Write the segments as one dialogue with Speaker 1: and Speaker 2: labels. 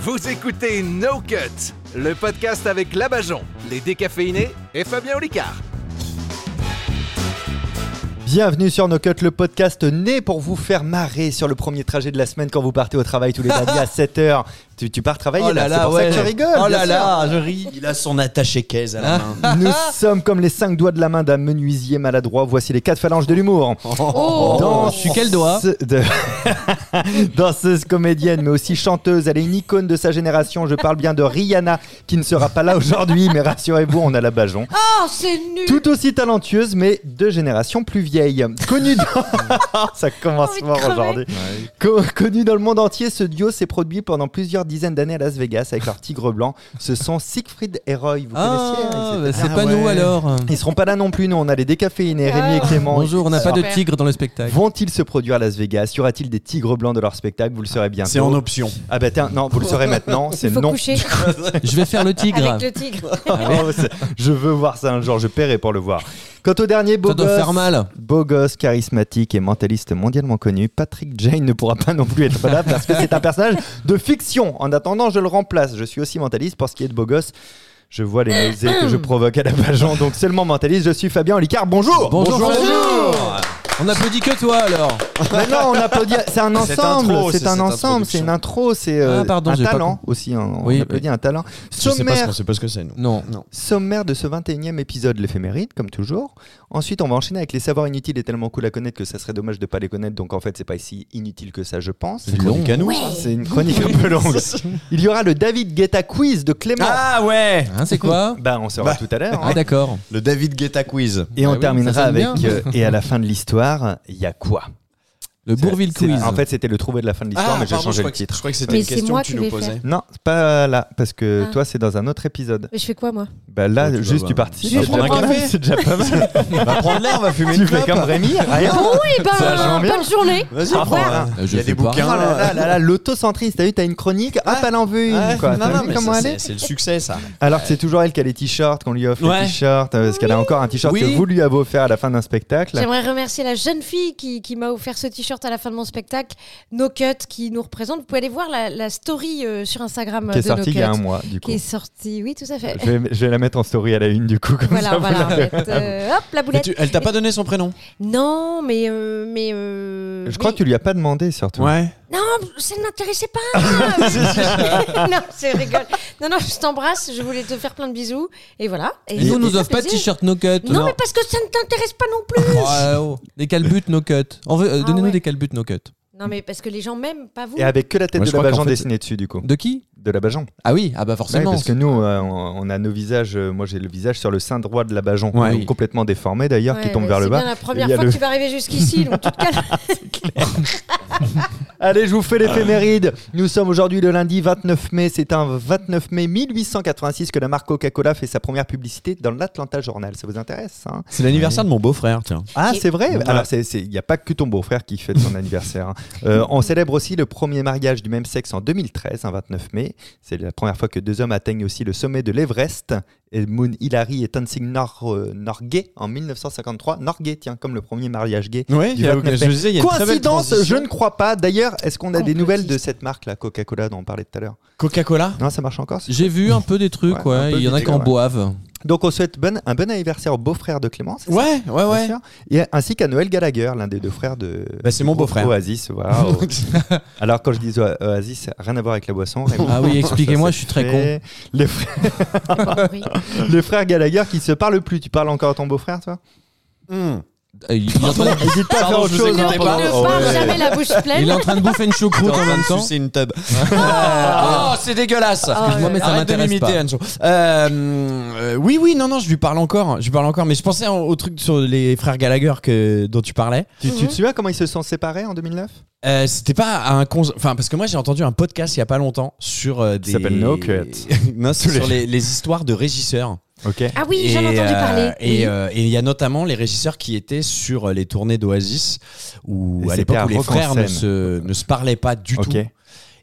Speaker 1: Vous écoutez No Cut, le podcast avec Labajon, les décaféinés et Fabien Olicard.
Speaker 2: Bienvenue sur No Cut, le podcast né pour vous faire marrer sur le premier trajet de la semaine quand vous partez au travail tous les lundis à 7h. Tu, tu pars travailler,
Speaker 3: Oh là
Speaker 2: là, c'est
Speaker 3: là,
Speaker 2: pour ça
Speaker 3: ouais.
Speaker 2: que tu rigoles.
Speaker 3: Oh
Speaker 2: bien sûr.
Speaker 3: là là, je ris. Il a son attaché caisse à
Speaker 4: Hein
Speaker 3: la main.
Speaker 2: Nous sommes comme les cinq doigts de la main d'un menuisier maladroit. Voici les quatre phalanges de l'humour.
Speaker 3: Oh,
Speaker 5: Oh.
Speaker 2: Oh.
Speaker 3: je suis quel doigt
Speaker 2: ce- de- Danseuse, comédienne, mais aussi chanteuse. Elle est une icône de sa génération. Je parle bien de Rihanna, qui ne sera pas là aujourd'hui, mais rassurez-vous, on a la Bajon.
Speaker 5: Ah, c'est nul.
Speaker 2: Tout aussi talentueuse, mais deux générations plus vieilles. Connue dans... Ça commence
Speaker 5: J'ai envie de
Speaker 2: fort
Speaker 5: crever.
Speaker 2: aujourd'hui. Co- Connue dans le monde entier, ce duo s'est produit pendant plusieurs dizaines d'années à Las Vegas avec leur tigre blanc. Ce sont Siegfried et Roy. Vous connaissiez
Speaker 3: Ah,
Speaker 2: hein, ils
Speaker 3: bah,
Speaker 2: étaient-
Speaker 3: c'est
Speaker 2: Ah
Speaker 3: pas nous
Speaker 2: ouais.
Speaker 3: alors.
Speaker 2: Ils seront pas là non plus, nous on a les décaféinés, Rémi et
Speaker 5: Ah.
Speaker 2: Clément.
Speaker 3: Bonjour, on n'a pas de
Speaker 5: Super.
Speaker 3: tigre dans le spectacle.
Speaker 2: Vont-ils se produire à Las Vegas Y aura-t-il des tigres blancs de leur spectacle Vous le saurez bientôt.
Speaker 4: C'est en option.
Speaker 2: Ah bah tiens, non, vous le saurez maintenant, c'est
Speaker 5: Il faut
Speaker 2: non.
Speaker 5: coucher
Speaker 3: Je vais faire le tigre.
Speaker 5: avec le tigre.
Speaker 2: Oh, c'est- je veux voir ça un jour, je paierai pour le voir. Quant au dernier beau
Speaker 3: Ça doit
Speaker 2: gosse,
Speaker 3: faire mal.
Speaker 2: beau gosse, charismatique et mentaliste mondialement connu, Patrick Jane ne pourra pas non plus être là parce que c'est un personnage de fiction. En attendant, je le remplace. Je suis aussi mentaliste pour ce qui est de beau gosse. Je vois les nausées que je provoque à la Bajon, donc seulement mentaliste. Je suis Fabien Olicard. Bonjour.
Speaker 3: Bonjour, Fabien. On applaudit que toi alors.
Speaker 2: Mais non, on applaudit. C'est un
Speaker 4: Cette
Speaker 2: ensemble.
Speaker 4: intro,
Speaker 2: C'est
Speaker 4: c'est
Speaker 2: un
Speaker 4: cette
Speaker 2: ensemble. C'est une intro. C'est euh,
Speaker 3: Ah, pardon,
Speaker 2: un
Speaker 3: j'ai pas
Speaker 2: talent aussi. hein, On
Speaker 3: Oui,
Speaker 2: applaudit un talent.
Speaker 4: Je sais pas ce qu'on
Speaker 2: Sommaire,
Speaker 4: sait pas ce que c'est, nous.
Speaker 3: Non.
Speaker 2: sommaire de ce 21e épisode, l'éphéméride, comme toujours. Ensuite, on va enchaîner avec les savoirs inutiles et tellement cool à connaître que ça serait dommage de pas les connaître. Donc en fait, c'est pas si inutile que ça, je pense.
Speaker 3: une chronique
Speaker 4: à nous.
Speaker 2: C'est une chronique un peu longue. Il y aura le David Guetta quiz de Clément.
Speaker 4: Ah ouais
Speaker 3: Hein, c'est quoi
Speaker 2: Bah, on saura
Speaker 4: Bah. Ah
Speaker 2: tout à l'heure. hein.
Speaker 3: Ah d'accord.
Speaker 4: Le David Guetta Quiz.
Speaker 2: Et
Speaker 3: Bah
Speaker 2: on
Speaker 3: oui,
Speaker 2: terminera
Speaker 3: ça sonne
Speaker 2: avec
Speaker 3: bien.
Speaker 2: euh, et à la fin de l'histoire, il y a quoi
Speaker 3: Le Bourville
Speaker 2: C'est-
Speaker 3: quiz.
Speaker 2: En fait, c'était le trouvé de la fin de l'histoire, mais j'ai changé le titre.
Speaker 4: Ah, Je crois que c'était
Speaker 5: Mais
Speaker 4: une
Speaker 5: c'est
Speaker 4: question
Speaker 5: moi
Speaker 4: que tu
Speaker 5: qui
Speaker 4: nous
Speaker 5: vais
Speaker 4: posais.
Speaker 5: faire.
Speaker 2: Non, c'est pas là, parce que
Speaker 5: Ah.
Speaker 2: toi, c'est dans un autre épisode.
Speaker 5: Mais je fais quoi, moi
Speaker 2: Bah là,
Speaker 4: Oh, tu vas
Speaker 2: juste
Speaker 4: voir.
Speaker 2: tu participes.
Speaker 4: Juste,
Speaker 2: c'est déjà
Speaker 4: je prends
Speaker 2: pas
Speaker 4: un
Speaker 2: mal,
Speaker 4: café.
Speaker 2: C'est déjà pas mal.
Speaker 4: On va prendre l'air, on va fumer
Speaker 2: tu
Speaker 4: une
Speaker 2: fais
Speaker 4: clope.
Speaker 2: comme Rémi, rien.
Speaker 5: Eh ben,
Speaker 2: Ça, j'aime bien.
Speaker 5: bonne journée.
Speaker 4: Vas-y,
Speaker 2: Ah,
Speaker 4: prends.
Speaker 2: voilà.
Speaker 4: hein.
Speaker 3: Euh,
Speaker 4: Il
Speaker 3: je
Speaker 4: y a des
Speaker 3: sais pas.
Speaker 2: Oh là
Speaker 4: bouquins.
Speaker 2: là là là, l'autocentrisme, t'as vu, t'as une chronique, hop, elle en veut
Speaker 4: Ouais,
Speaker 2: une. quoi.
Speaker 4: non,
Speaker 2: T'as
Speaker 4: non,
Speaker 2: vu
Speaker 4: mais
Speaker 2: comment
Speaker 4: ça,
Speaker 2: elle est
Speaker 4: c'est c'est le succès, ça.
Speaker 2: Alors que c'est toujours elle qui a les t-shirts, qu'on lui offre
Speaker 3: Ouais.
Speaker 2: les t-shirts, euh, parce qu'elle a encore un t-shirt
Speaker 3: Oui.
Speaker 2: que vous lui avez offert à la fin d'un spectacle.
Speaker 5: J'aimerais remercier la jeune fille qui, qui m'a offert ce t-shirt à la fin de mon spectacle, No Cut, qui nous représente. Vous pouvez aller voir la, la story euh, sur Instagram euh,
Speaker 2: Qui est
Speaker 5: de No
Speaker 2: sorti il y a un
Speaker 5: Cut.
Speaker 2: mois, du
Speaker 5: Qui
Speaker 2: coup.
Speaker 5: est sortie, oui, tout à fait.
Speaker 2: Je vais, je vais la mettre en story à la une, du coup, comme ça.
Speaker 5: Voilà,
Speaker 2: vous
Speaker 5: voilà. en
Speaker 2: l'aurez.
Speaker 5: fait. Euh, hop, la
Speaker 4: Mais
Speaker 5: boulette.
Speaker 4: tu- elle t'a pas donné son prénom
Speaker 5: Non, mais. euh, mais euh,
Speaker 2: Je crois
Speaker 5: mais-
Speaker 2: que tu lui as pas demandé, surtout.
Speaker 4: Ouais.
Speaker 5: Non, ça ne m'intéressait
Speaker 2: Ah,
Speaker 5: pas. non, c'est rigole. Non, non, je t'embrasse. Je voulais te faire plein de bisous. Et voilà.
Speaker 3: Et nous, on
Speaker 5: ça
Speaker 3: nous
Speaker 5: fait
Speaker 3: offre pas de
Speaker 5: plaisir.
Speaker 3: t-shirt no cut.
Speaker 5: Non, mais parce que ça ne t'intéresse pas non plus.
Speaker 3: Ouais, oh. Des calbutes no cut. On veut- euh,
Speaker 5: Ah
Speaker 3: Donnez-nous
Speaker 5: ouais.
Speaker 3: des calbutes no cut.
Speaker 5: Non, mais parce que les gens m'aiment, pas vous.
Speaker 2: Et avec que la tête
Speaker 4: Moi,
Speaker 2: de
Speaker 4: je
Speaker 2: la
Speaker 4: crois qu'en
Speaker 2: Bajon
Speaker 4: fait-
Speaker 2: dessinée dessus, du coup.
Speaker 3: De qui
Speaker 2: De la Bajon.
Speaker 3: Ah oui, ah bah
Speaker 2: Ouais,
Speaker 3: forcément.
Speaker 2: parce que nous, euh, on, on a nos visages. euh, moi, j'ai le visage sur le sein droit de la Bajon,
Speaker 3: Ouais.
Speaker 2: donc complètement déformé d'ailleurs,
Speaker 5: Ouais,
Speaker 2: qui tombe
Speaker 5: bah,
Speaker 2: vers le
Speaker 5: c'est
Speaker 2: bas.
Speaker 5: bien la première
Speaker 2: Il y a
Speaker 5: fois
Speaker 2: le-
Speaker 5: que tu vas arriver jusqu'ici, donc tu te calmes.
Speaker 2: Allez, je vous fais l'éphéméride. Nous sommes aujourd'hui le lundi 29 mai. C'est un 29 mai 1886 que la marque Coca-Cola fait sa première publicité dans l'Atlanta Journal. Ça vous intéresse hein
Speaker 4: C'est l'anniversaire de mon beau-frère, tiens.
Speaker 2: Ah,
Speaker 5: Et-
Speaker 2: c'est vrai
Speaker 4: Ouais.
Speaker 2: Alors, c'est- c'est- il n'y a pas que ton beau-frère qui fête son anniversaire. hein. Euh, on célèbre aussi le premier mariage du même sexe en 2013, un 29 mai. C'est la première fois que deux hommes atteignent aussi le sommet de l'Everest. Et Moon Hillary et Tenzing Nor- euh, Norgay en 1953. Norgay, tiens, comme le premier mariage gay.
Speaker 4: Oui,
Speaker 2: Du 29
Speaker 4: je
Speaker 2: mai.
Speaker 4: disais, il y a une très belle
Speaker 2: Coïncidence, je
Speaker 4: transition.
Speaker 2: ne crois pas. D'ailleurs, est-ce qu'on a des
Speaker 5: Complotiste.
Speaker 2: nouvelles de cette marque, la Coca-Cola, dont on parlait tout à l'heure
Speaker 4: Coca-Cola
Speaker 2: Non, ça marche encore. ce-
Speaker 3: J'ai vu un peu des trucs,
Speaker 2: Ouais, un
Speaker 3: ouais.
Speaker 2: peu
Speaker 3: Il y en a
Speaker 2: des
Speaker 3: qui en
Speaker 2: dégâts, ouais.
Speaker 3: boivent.
Speaker 2: Donc, on souhaite bon- un bon anniversaire au beau-frère de Clément. c'est ça
Speaker 4: Ouais, ouais,
Speaker 2: Bien
Speaker 4: ouais.
Speaker 2: sûr. Et ainsi qu'à Noël Gallagher, l'un des deux frères de.
Speaker 4: Bah, c'est mon
Speaker 2: du
Speaker 4: beau-frère.
Speaker 2: Oasis, voilà. Oh. Alors quand je dis Oa- Oasis, rien à voir avec la boisson. Raymond.
Speaker 3: Ah oui, expliquez-moi, je suis très con.
Speaker 2: Mais Le frère,
Speaker 5: Oui.
Speaker 2: le frère Gallagher qui se parle plus. Tu parles encore à ton beau-frère, toi
Speaker 4: Hum.
Speaker 3: Euh, Il, il est en train de-
Speaker 2: N'hésite pas à faire
Speaker 4: Pardon,
Speaker 2: autre
Speaker 4: je vous
Speaker 2: chose.
Speaker 4: écoutais
Speaker 2: hein.
Speaker 4: pas.
Speaker 5: Ne
Speaker 4: Oh,
Speaker 5: parle
Speaker 4: ouais.
Speaker 5: jamais la bouche
Speaker 3: il est
Speaker 5: pleine.
Speaker 3: en train de bouffer une
Speaker 4: T'es
Speaker 3: choucroute en
Speaker 4: train de
Speaker 3: même temps.
Speaker 4: sucer une tub. Oh, c'est dégueulasse.
Speaker 3: Excuse-moi, mais ça
Speaker 4: Arrête de
Speaker 3: m'intéresse
Speaker 4: m'imiter,
Speaker 3: pas.
Speaker 4: Anjo. Euh, euh, oui, oui, non, non, je lui parle encore. Je lui parle encore, mais je pensais au, au truc sur les frères Gallagher que, dont tu parlais.
Speaker 2: Tu, tu te souviens comment ils se sont séparés en 2009
Speaker 4: Euh, C'était pas à un con... Enfin, parce que moi, j'ai entendu un podcast il y a pas longtemps sur euh, des.
Speaker 2: s'appelle No Cut.
Speaker 4: Non, sur les, les histoires de régisseurs.
Speaker 2: Ok.
Speaker 5: Ah oui,
Speaker 4: Et,
Speaker 5: j'en ai entendu
Speaker 4: euh,
Speaker 5: parler.
Speaker 4: Et
Speaker 5: Oui.
Speaker 4: euh, et il y a notamment les régisseurs qui étaient sur euh, les tournées d'Oasis, où
Speaker 2: Et
Speaker 4: à
Speaker 2: c'était
Speaker 4: l'époque
Speaker 2: à
Speaker 4: où les frères
Speaker 2: Rock-en-Seine.
Speaker 4: ne se, ne se parlaient pas du
Speaker 2: Ok.
Speaker 4: tout.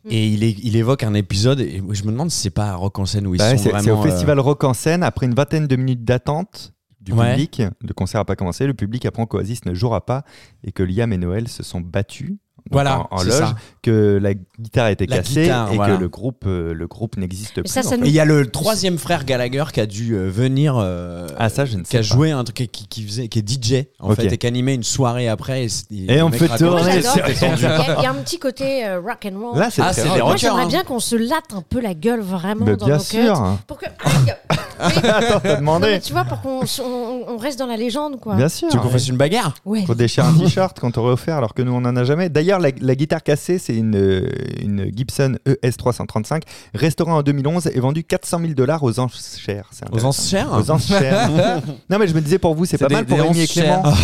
Speaker 4: Et il, est- il évoque un épisode, et je me demande si c'est pas à Rock en scène où ils
Speaker 2: Bah ouais,
Speaker 4: sont
Speaker 2: c'est c'est
Speaker 4: vraiment. euh,
Speaker 2: au Festival Rock en scène. Après une vingtaine de minutes d'attente du
Speaker 4: Ouais.
Speaker 2: public, le concert n'a pas commencé. Le public apprend qu'Oasis ne jouera pas et que Liam et Noël se sont battus donc
Speaker 4: Voilà,
Speaker 2: en, en
Speaker 4: c'est
Speaker 2: loge,
Speaker 4: ça.
Speaker 2: que la guitare était
Speaker 4: La
Speaker 2: cassée
Speaker 4: guitare,
Speaker 2: et
Speaker 4: voilà.
Speaker 2: que le groupe, euh, le groupe n'existe plus.
Speaker 5: ça, ça
Speaker 2: en fait.
Speaker 4: euh, Et il y a le troisième frère Gallagher qui a dû euh, venir. euh,
Speaker 2: Ah, ça, je ne
Speaker 4: qui
Speaker 2: sais
Speaker 4: a
Speaker 2: pas.
Speaker 4: joué un truc qui, qui- qui faisait qui est DJ en
Speaker 2: Ok.
Speaker 4: fait et qui animait une soirée après et, c'est-
Speaker 2: Et on
Speaker 4: le mec
Speaker 2: fait
Speaker 4: raconte-
Speaker 5: Moi,
Speaker 2: tourner. Ouais,
Speaker 5: j'adore.
Speaker 2: c'est
Speaker 5: Il y a-
Speaker 2: répandu.
Speaker 5: il y a un petit côté euh, rock and roll.
Speaker 2: Là, c'est
Speaker 4: Ah,
Speaker 2: très
Speaker 4: c'est
Speaker 2: rare.
Speaker 4: des
Speaker 5: Moi,
Speaker 4: rockers,
Speaker 5: j'aimerais
Speaker 4: hein.
Speaker 5: bien qu'on se latte un peu la gueule vraiment
Speaker 2: Mais
Speaker 5: dans
Speaker 2: bien
Speaker 5: nos
Speaker 2: sûr.
Speaker 5: cuts. Pour que... Aïe Mais-
Speaker 2: Attends, t'as
Speaker 5: Non, mais
Speaker 2: demandé.
Speaker 5: tu vois, pour qu'on s- on- on reste dans la légende, quoi.
Speaker 2: Bien sûr.
Speaker 4: Tu veux qu'on fasse une bagarre
Speaker 5: Ouais.
Speaker 2: Pour déchirer un t-shirt qu'on t'aurait offert alors que nous on n'en a jamais. D'ailleurs, la, la guitare cassée, c'est une, euh, une Gibson E ES335, restaurée en 2011 et vendue 400 000 dollars aux enchères. C'est
Speaker 4: aux
Speaker 2: intéressant.
Speaker 4: enchères
Speaker 2: Aux enchères. non, mais je me disais pour vous, c'est
Speaker 3: Ah. C'est
Speaker 2: pas
Speaker 3: des-
Speaker 2: mal pour
Speaker 3: des
Speaker 2: Rémi et
Speaker 3: enchères. Ah.
Speaker 2: Clément.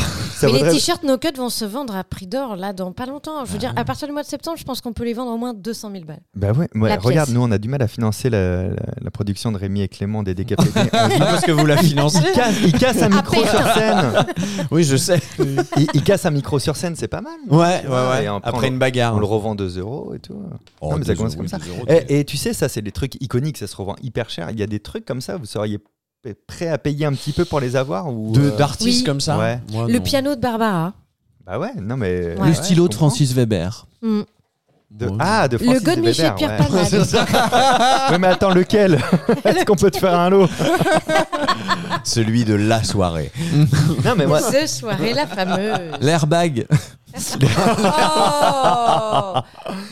Speaker 2: Ça
Speaker 5: Mais
Speaker 2: vaudrait-
Speaker 5: les t-shirts No Cut vont se vendre à prix d'or là dans pas longtemps. Je veux
Speaker 2: Ah.
Speaker 5: dire, à partir du mois de septembre, je pense qu'on peut les vendre au moins 200 000 balles.
Speaker 2: Bah ouais, ouais,
Speaker 5: La
Speaker 2: regarde,
Speaker 5: pièce.
Speaker 2: nous on a du mal à financer la, la- la production de Rémi et Clément des décapés. euh,
Speaker 4: Ah, parce que vous la financez
Speaker 2: il, casse, il casse un micro
Speaker 5: Appel.
Speaker 2: sur scène.
Speaker 4: oui je sais
Speaker 2: Il, il casse un micro sur scène, c'est pas mal.
Speaker 4: ouais ouais ouais
Speaker 2: Et on prend
Speaker 4: après
Speaker 2: le-
Speaker 4: une bagarre
Speaker 2: On le revend 2 euros et tout.
Speaker 4: Oh,
Speaker 2: Non, mais ça
Speaker 4: deux
Speaker 2: commence
Speaker 4: euros,
Speaker 2: comme ça.
Speaker 4: deux euros,
Speaker 2: Et, et tu sais, ça, c'est des trucs iconiques, ça se revend hyper cher. Il y a des trucs comme ça, vous seriez p- prêt à payer un petit peu pour les avoir ou
Speaker 4: de
Speaker 2: euh,
Speaker 4: d'artistes
Speaker 5: Oui.
Speaker 4: comme ça
Speaker 2: Ouais.
Speaker 4: Moi,
Speaker 5: le
Speaker 4: non.
Speaker 5: piano de Barbara,
Speaker 2: Bah ouais, non mais.
Speaker 5: Ouais.
Speaker 3: Le stylo
Speaker 2: je
Speaker 3: de
Speaker 2: comprends.
Speaker 3: Francis Weber.
Speaker 5: Mm.
Speaker 2: De-
Speaker 4: Ouais.
Speaker 2: Ah, de Francis
Speaker 5: le God
Speaker 2: Weber,
Speaker 5: Michel Pierre
Speaker 2: ouais.
Speaker 5: Palmade.
Speaker 2: Ouais, mais attends, lequel Est-ce qu'on peut te faire un lot
Speaker 4: celui de la soirée
Speaker 2: Non mais moi.
Speaker 5: Ce soirée la fameuse.
Speaker 3: L'airbag.
Speaker 5: Oh,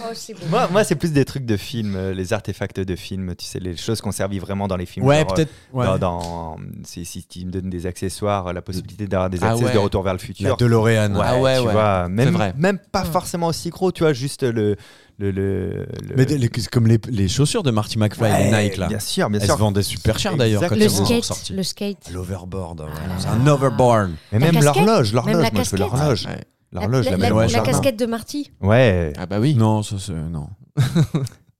Speaker 5: Oh, c'est beau.
Speaker 2: Moi, moi, c'est plus des trucs de films, euh, les artefacts de films, tu sais, les choses qu'on servit vraiment dans les films.
Speaker 4: ouais
Speaker 2: genre, euh,
Speaker 4: peut-être ouais.
Speaker 2: dans- dans- si, si tu me donnes des accessoires, euh, la possibilité d'avoir des
Speaker 3: Ah
Speaker 2: accessoires de
Speaker 3: ouais.
Speaker 2: retour vers le
Speaker 4: la
Speaker 2: futur.
Speaker 4: DeLorean
Speaker 3: Ah ouais,
Speaker 2: tu
Speaker 3: ouais.
Speaker 2: vois, même,
Speaker 3: vrai.
Speaker 2: même pas
Speaker 5: Ouais.
Speaker 2: forcément aussi gros, tu vois, juste le. le, le, le-
Speaker 4: mais des- les- comme les, les chaussures de Marty McFly
Speaker 2: Ouais,
Speaker 4: les Nike là
Speaker 2: Bien sûr, bien
Speaker 4: elles se
Speaker 2: sûr.
Speaker 4: vendaient super cher d'ailleurs quand
Speaker 2: Exactement.
Speaker 5: Le
Speaker 4: elles sont
Speaker 5: skate,
Speaker 4: sorties
Speaker 5: le skate.
Speaker 4: l'overboard ouais.
Speaker 5: Ah
Speaker 4: c'est un overboard
Speaker 2: Mais
Speaker 5: La
Speaker 2: même
Speaker 5: casquette
Speaker 2: l'horloge,
Speaker 5: Même
Speaker 2: l'horloge, moi je veux
Speaker 5: la casquette
Speaker 2: l'horloge.
Speaker 3: Ouais.
Speaker 2: L'horloge,
Speaker 5: la,
Speaker 2: la,
Speaker 5: la-
Speaker 2: mets dans
Speaker 5: la
Speaker 2: le jardin.
Speaker 5: casquette de Marty.
Speaker 2: Ouais,
Speaker 3: Ah bah oui.
Speaker 4: non ça c'est euh, non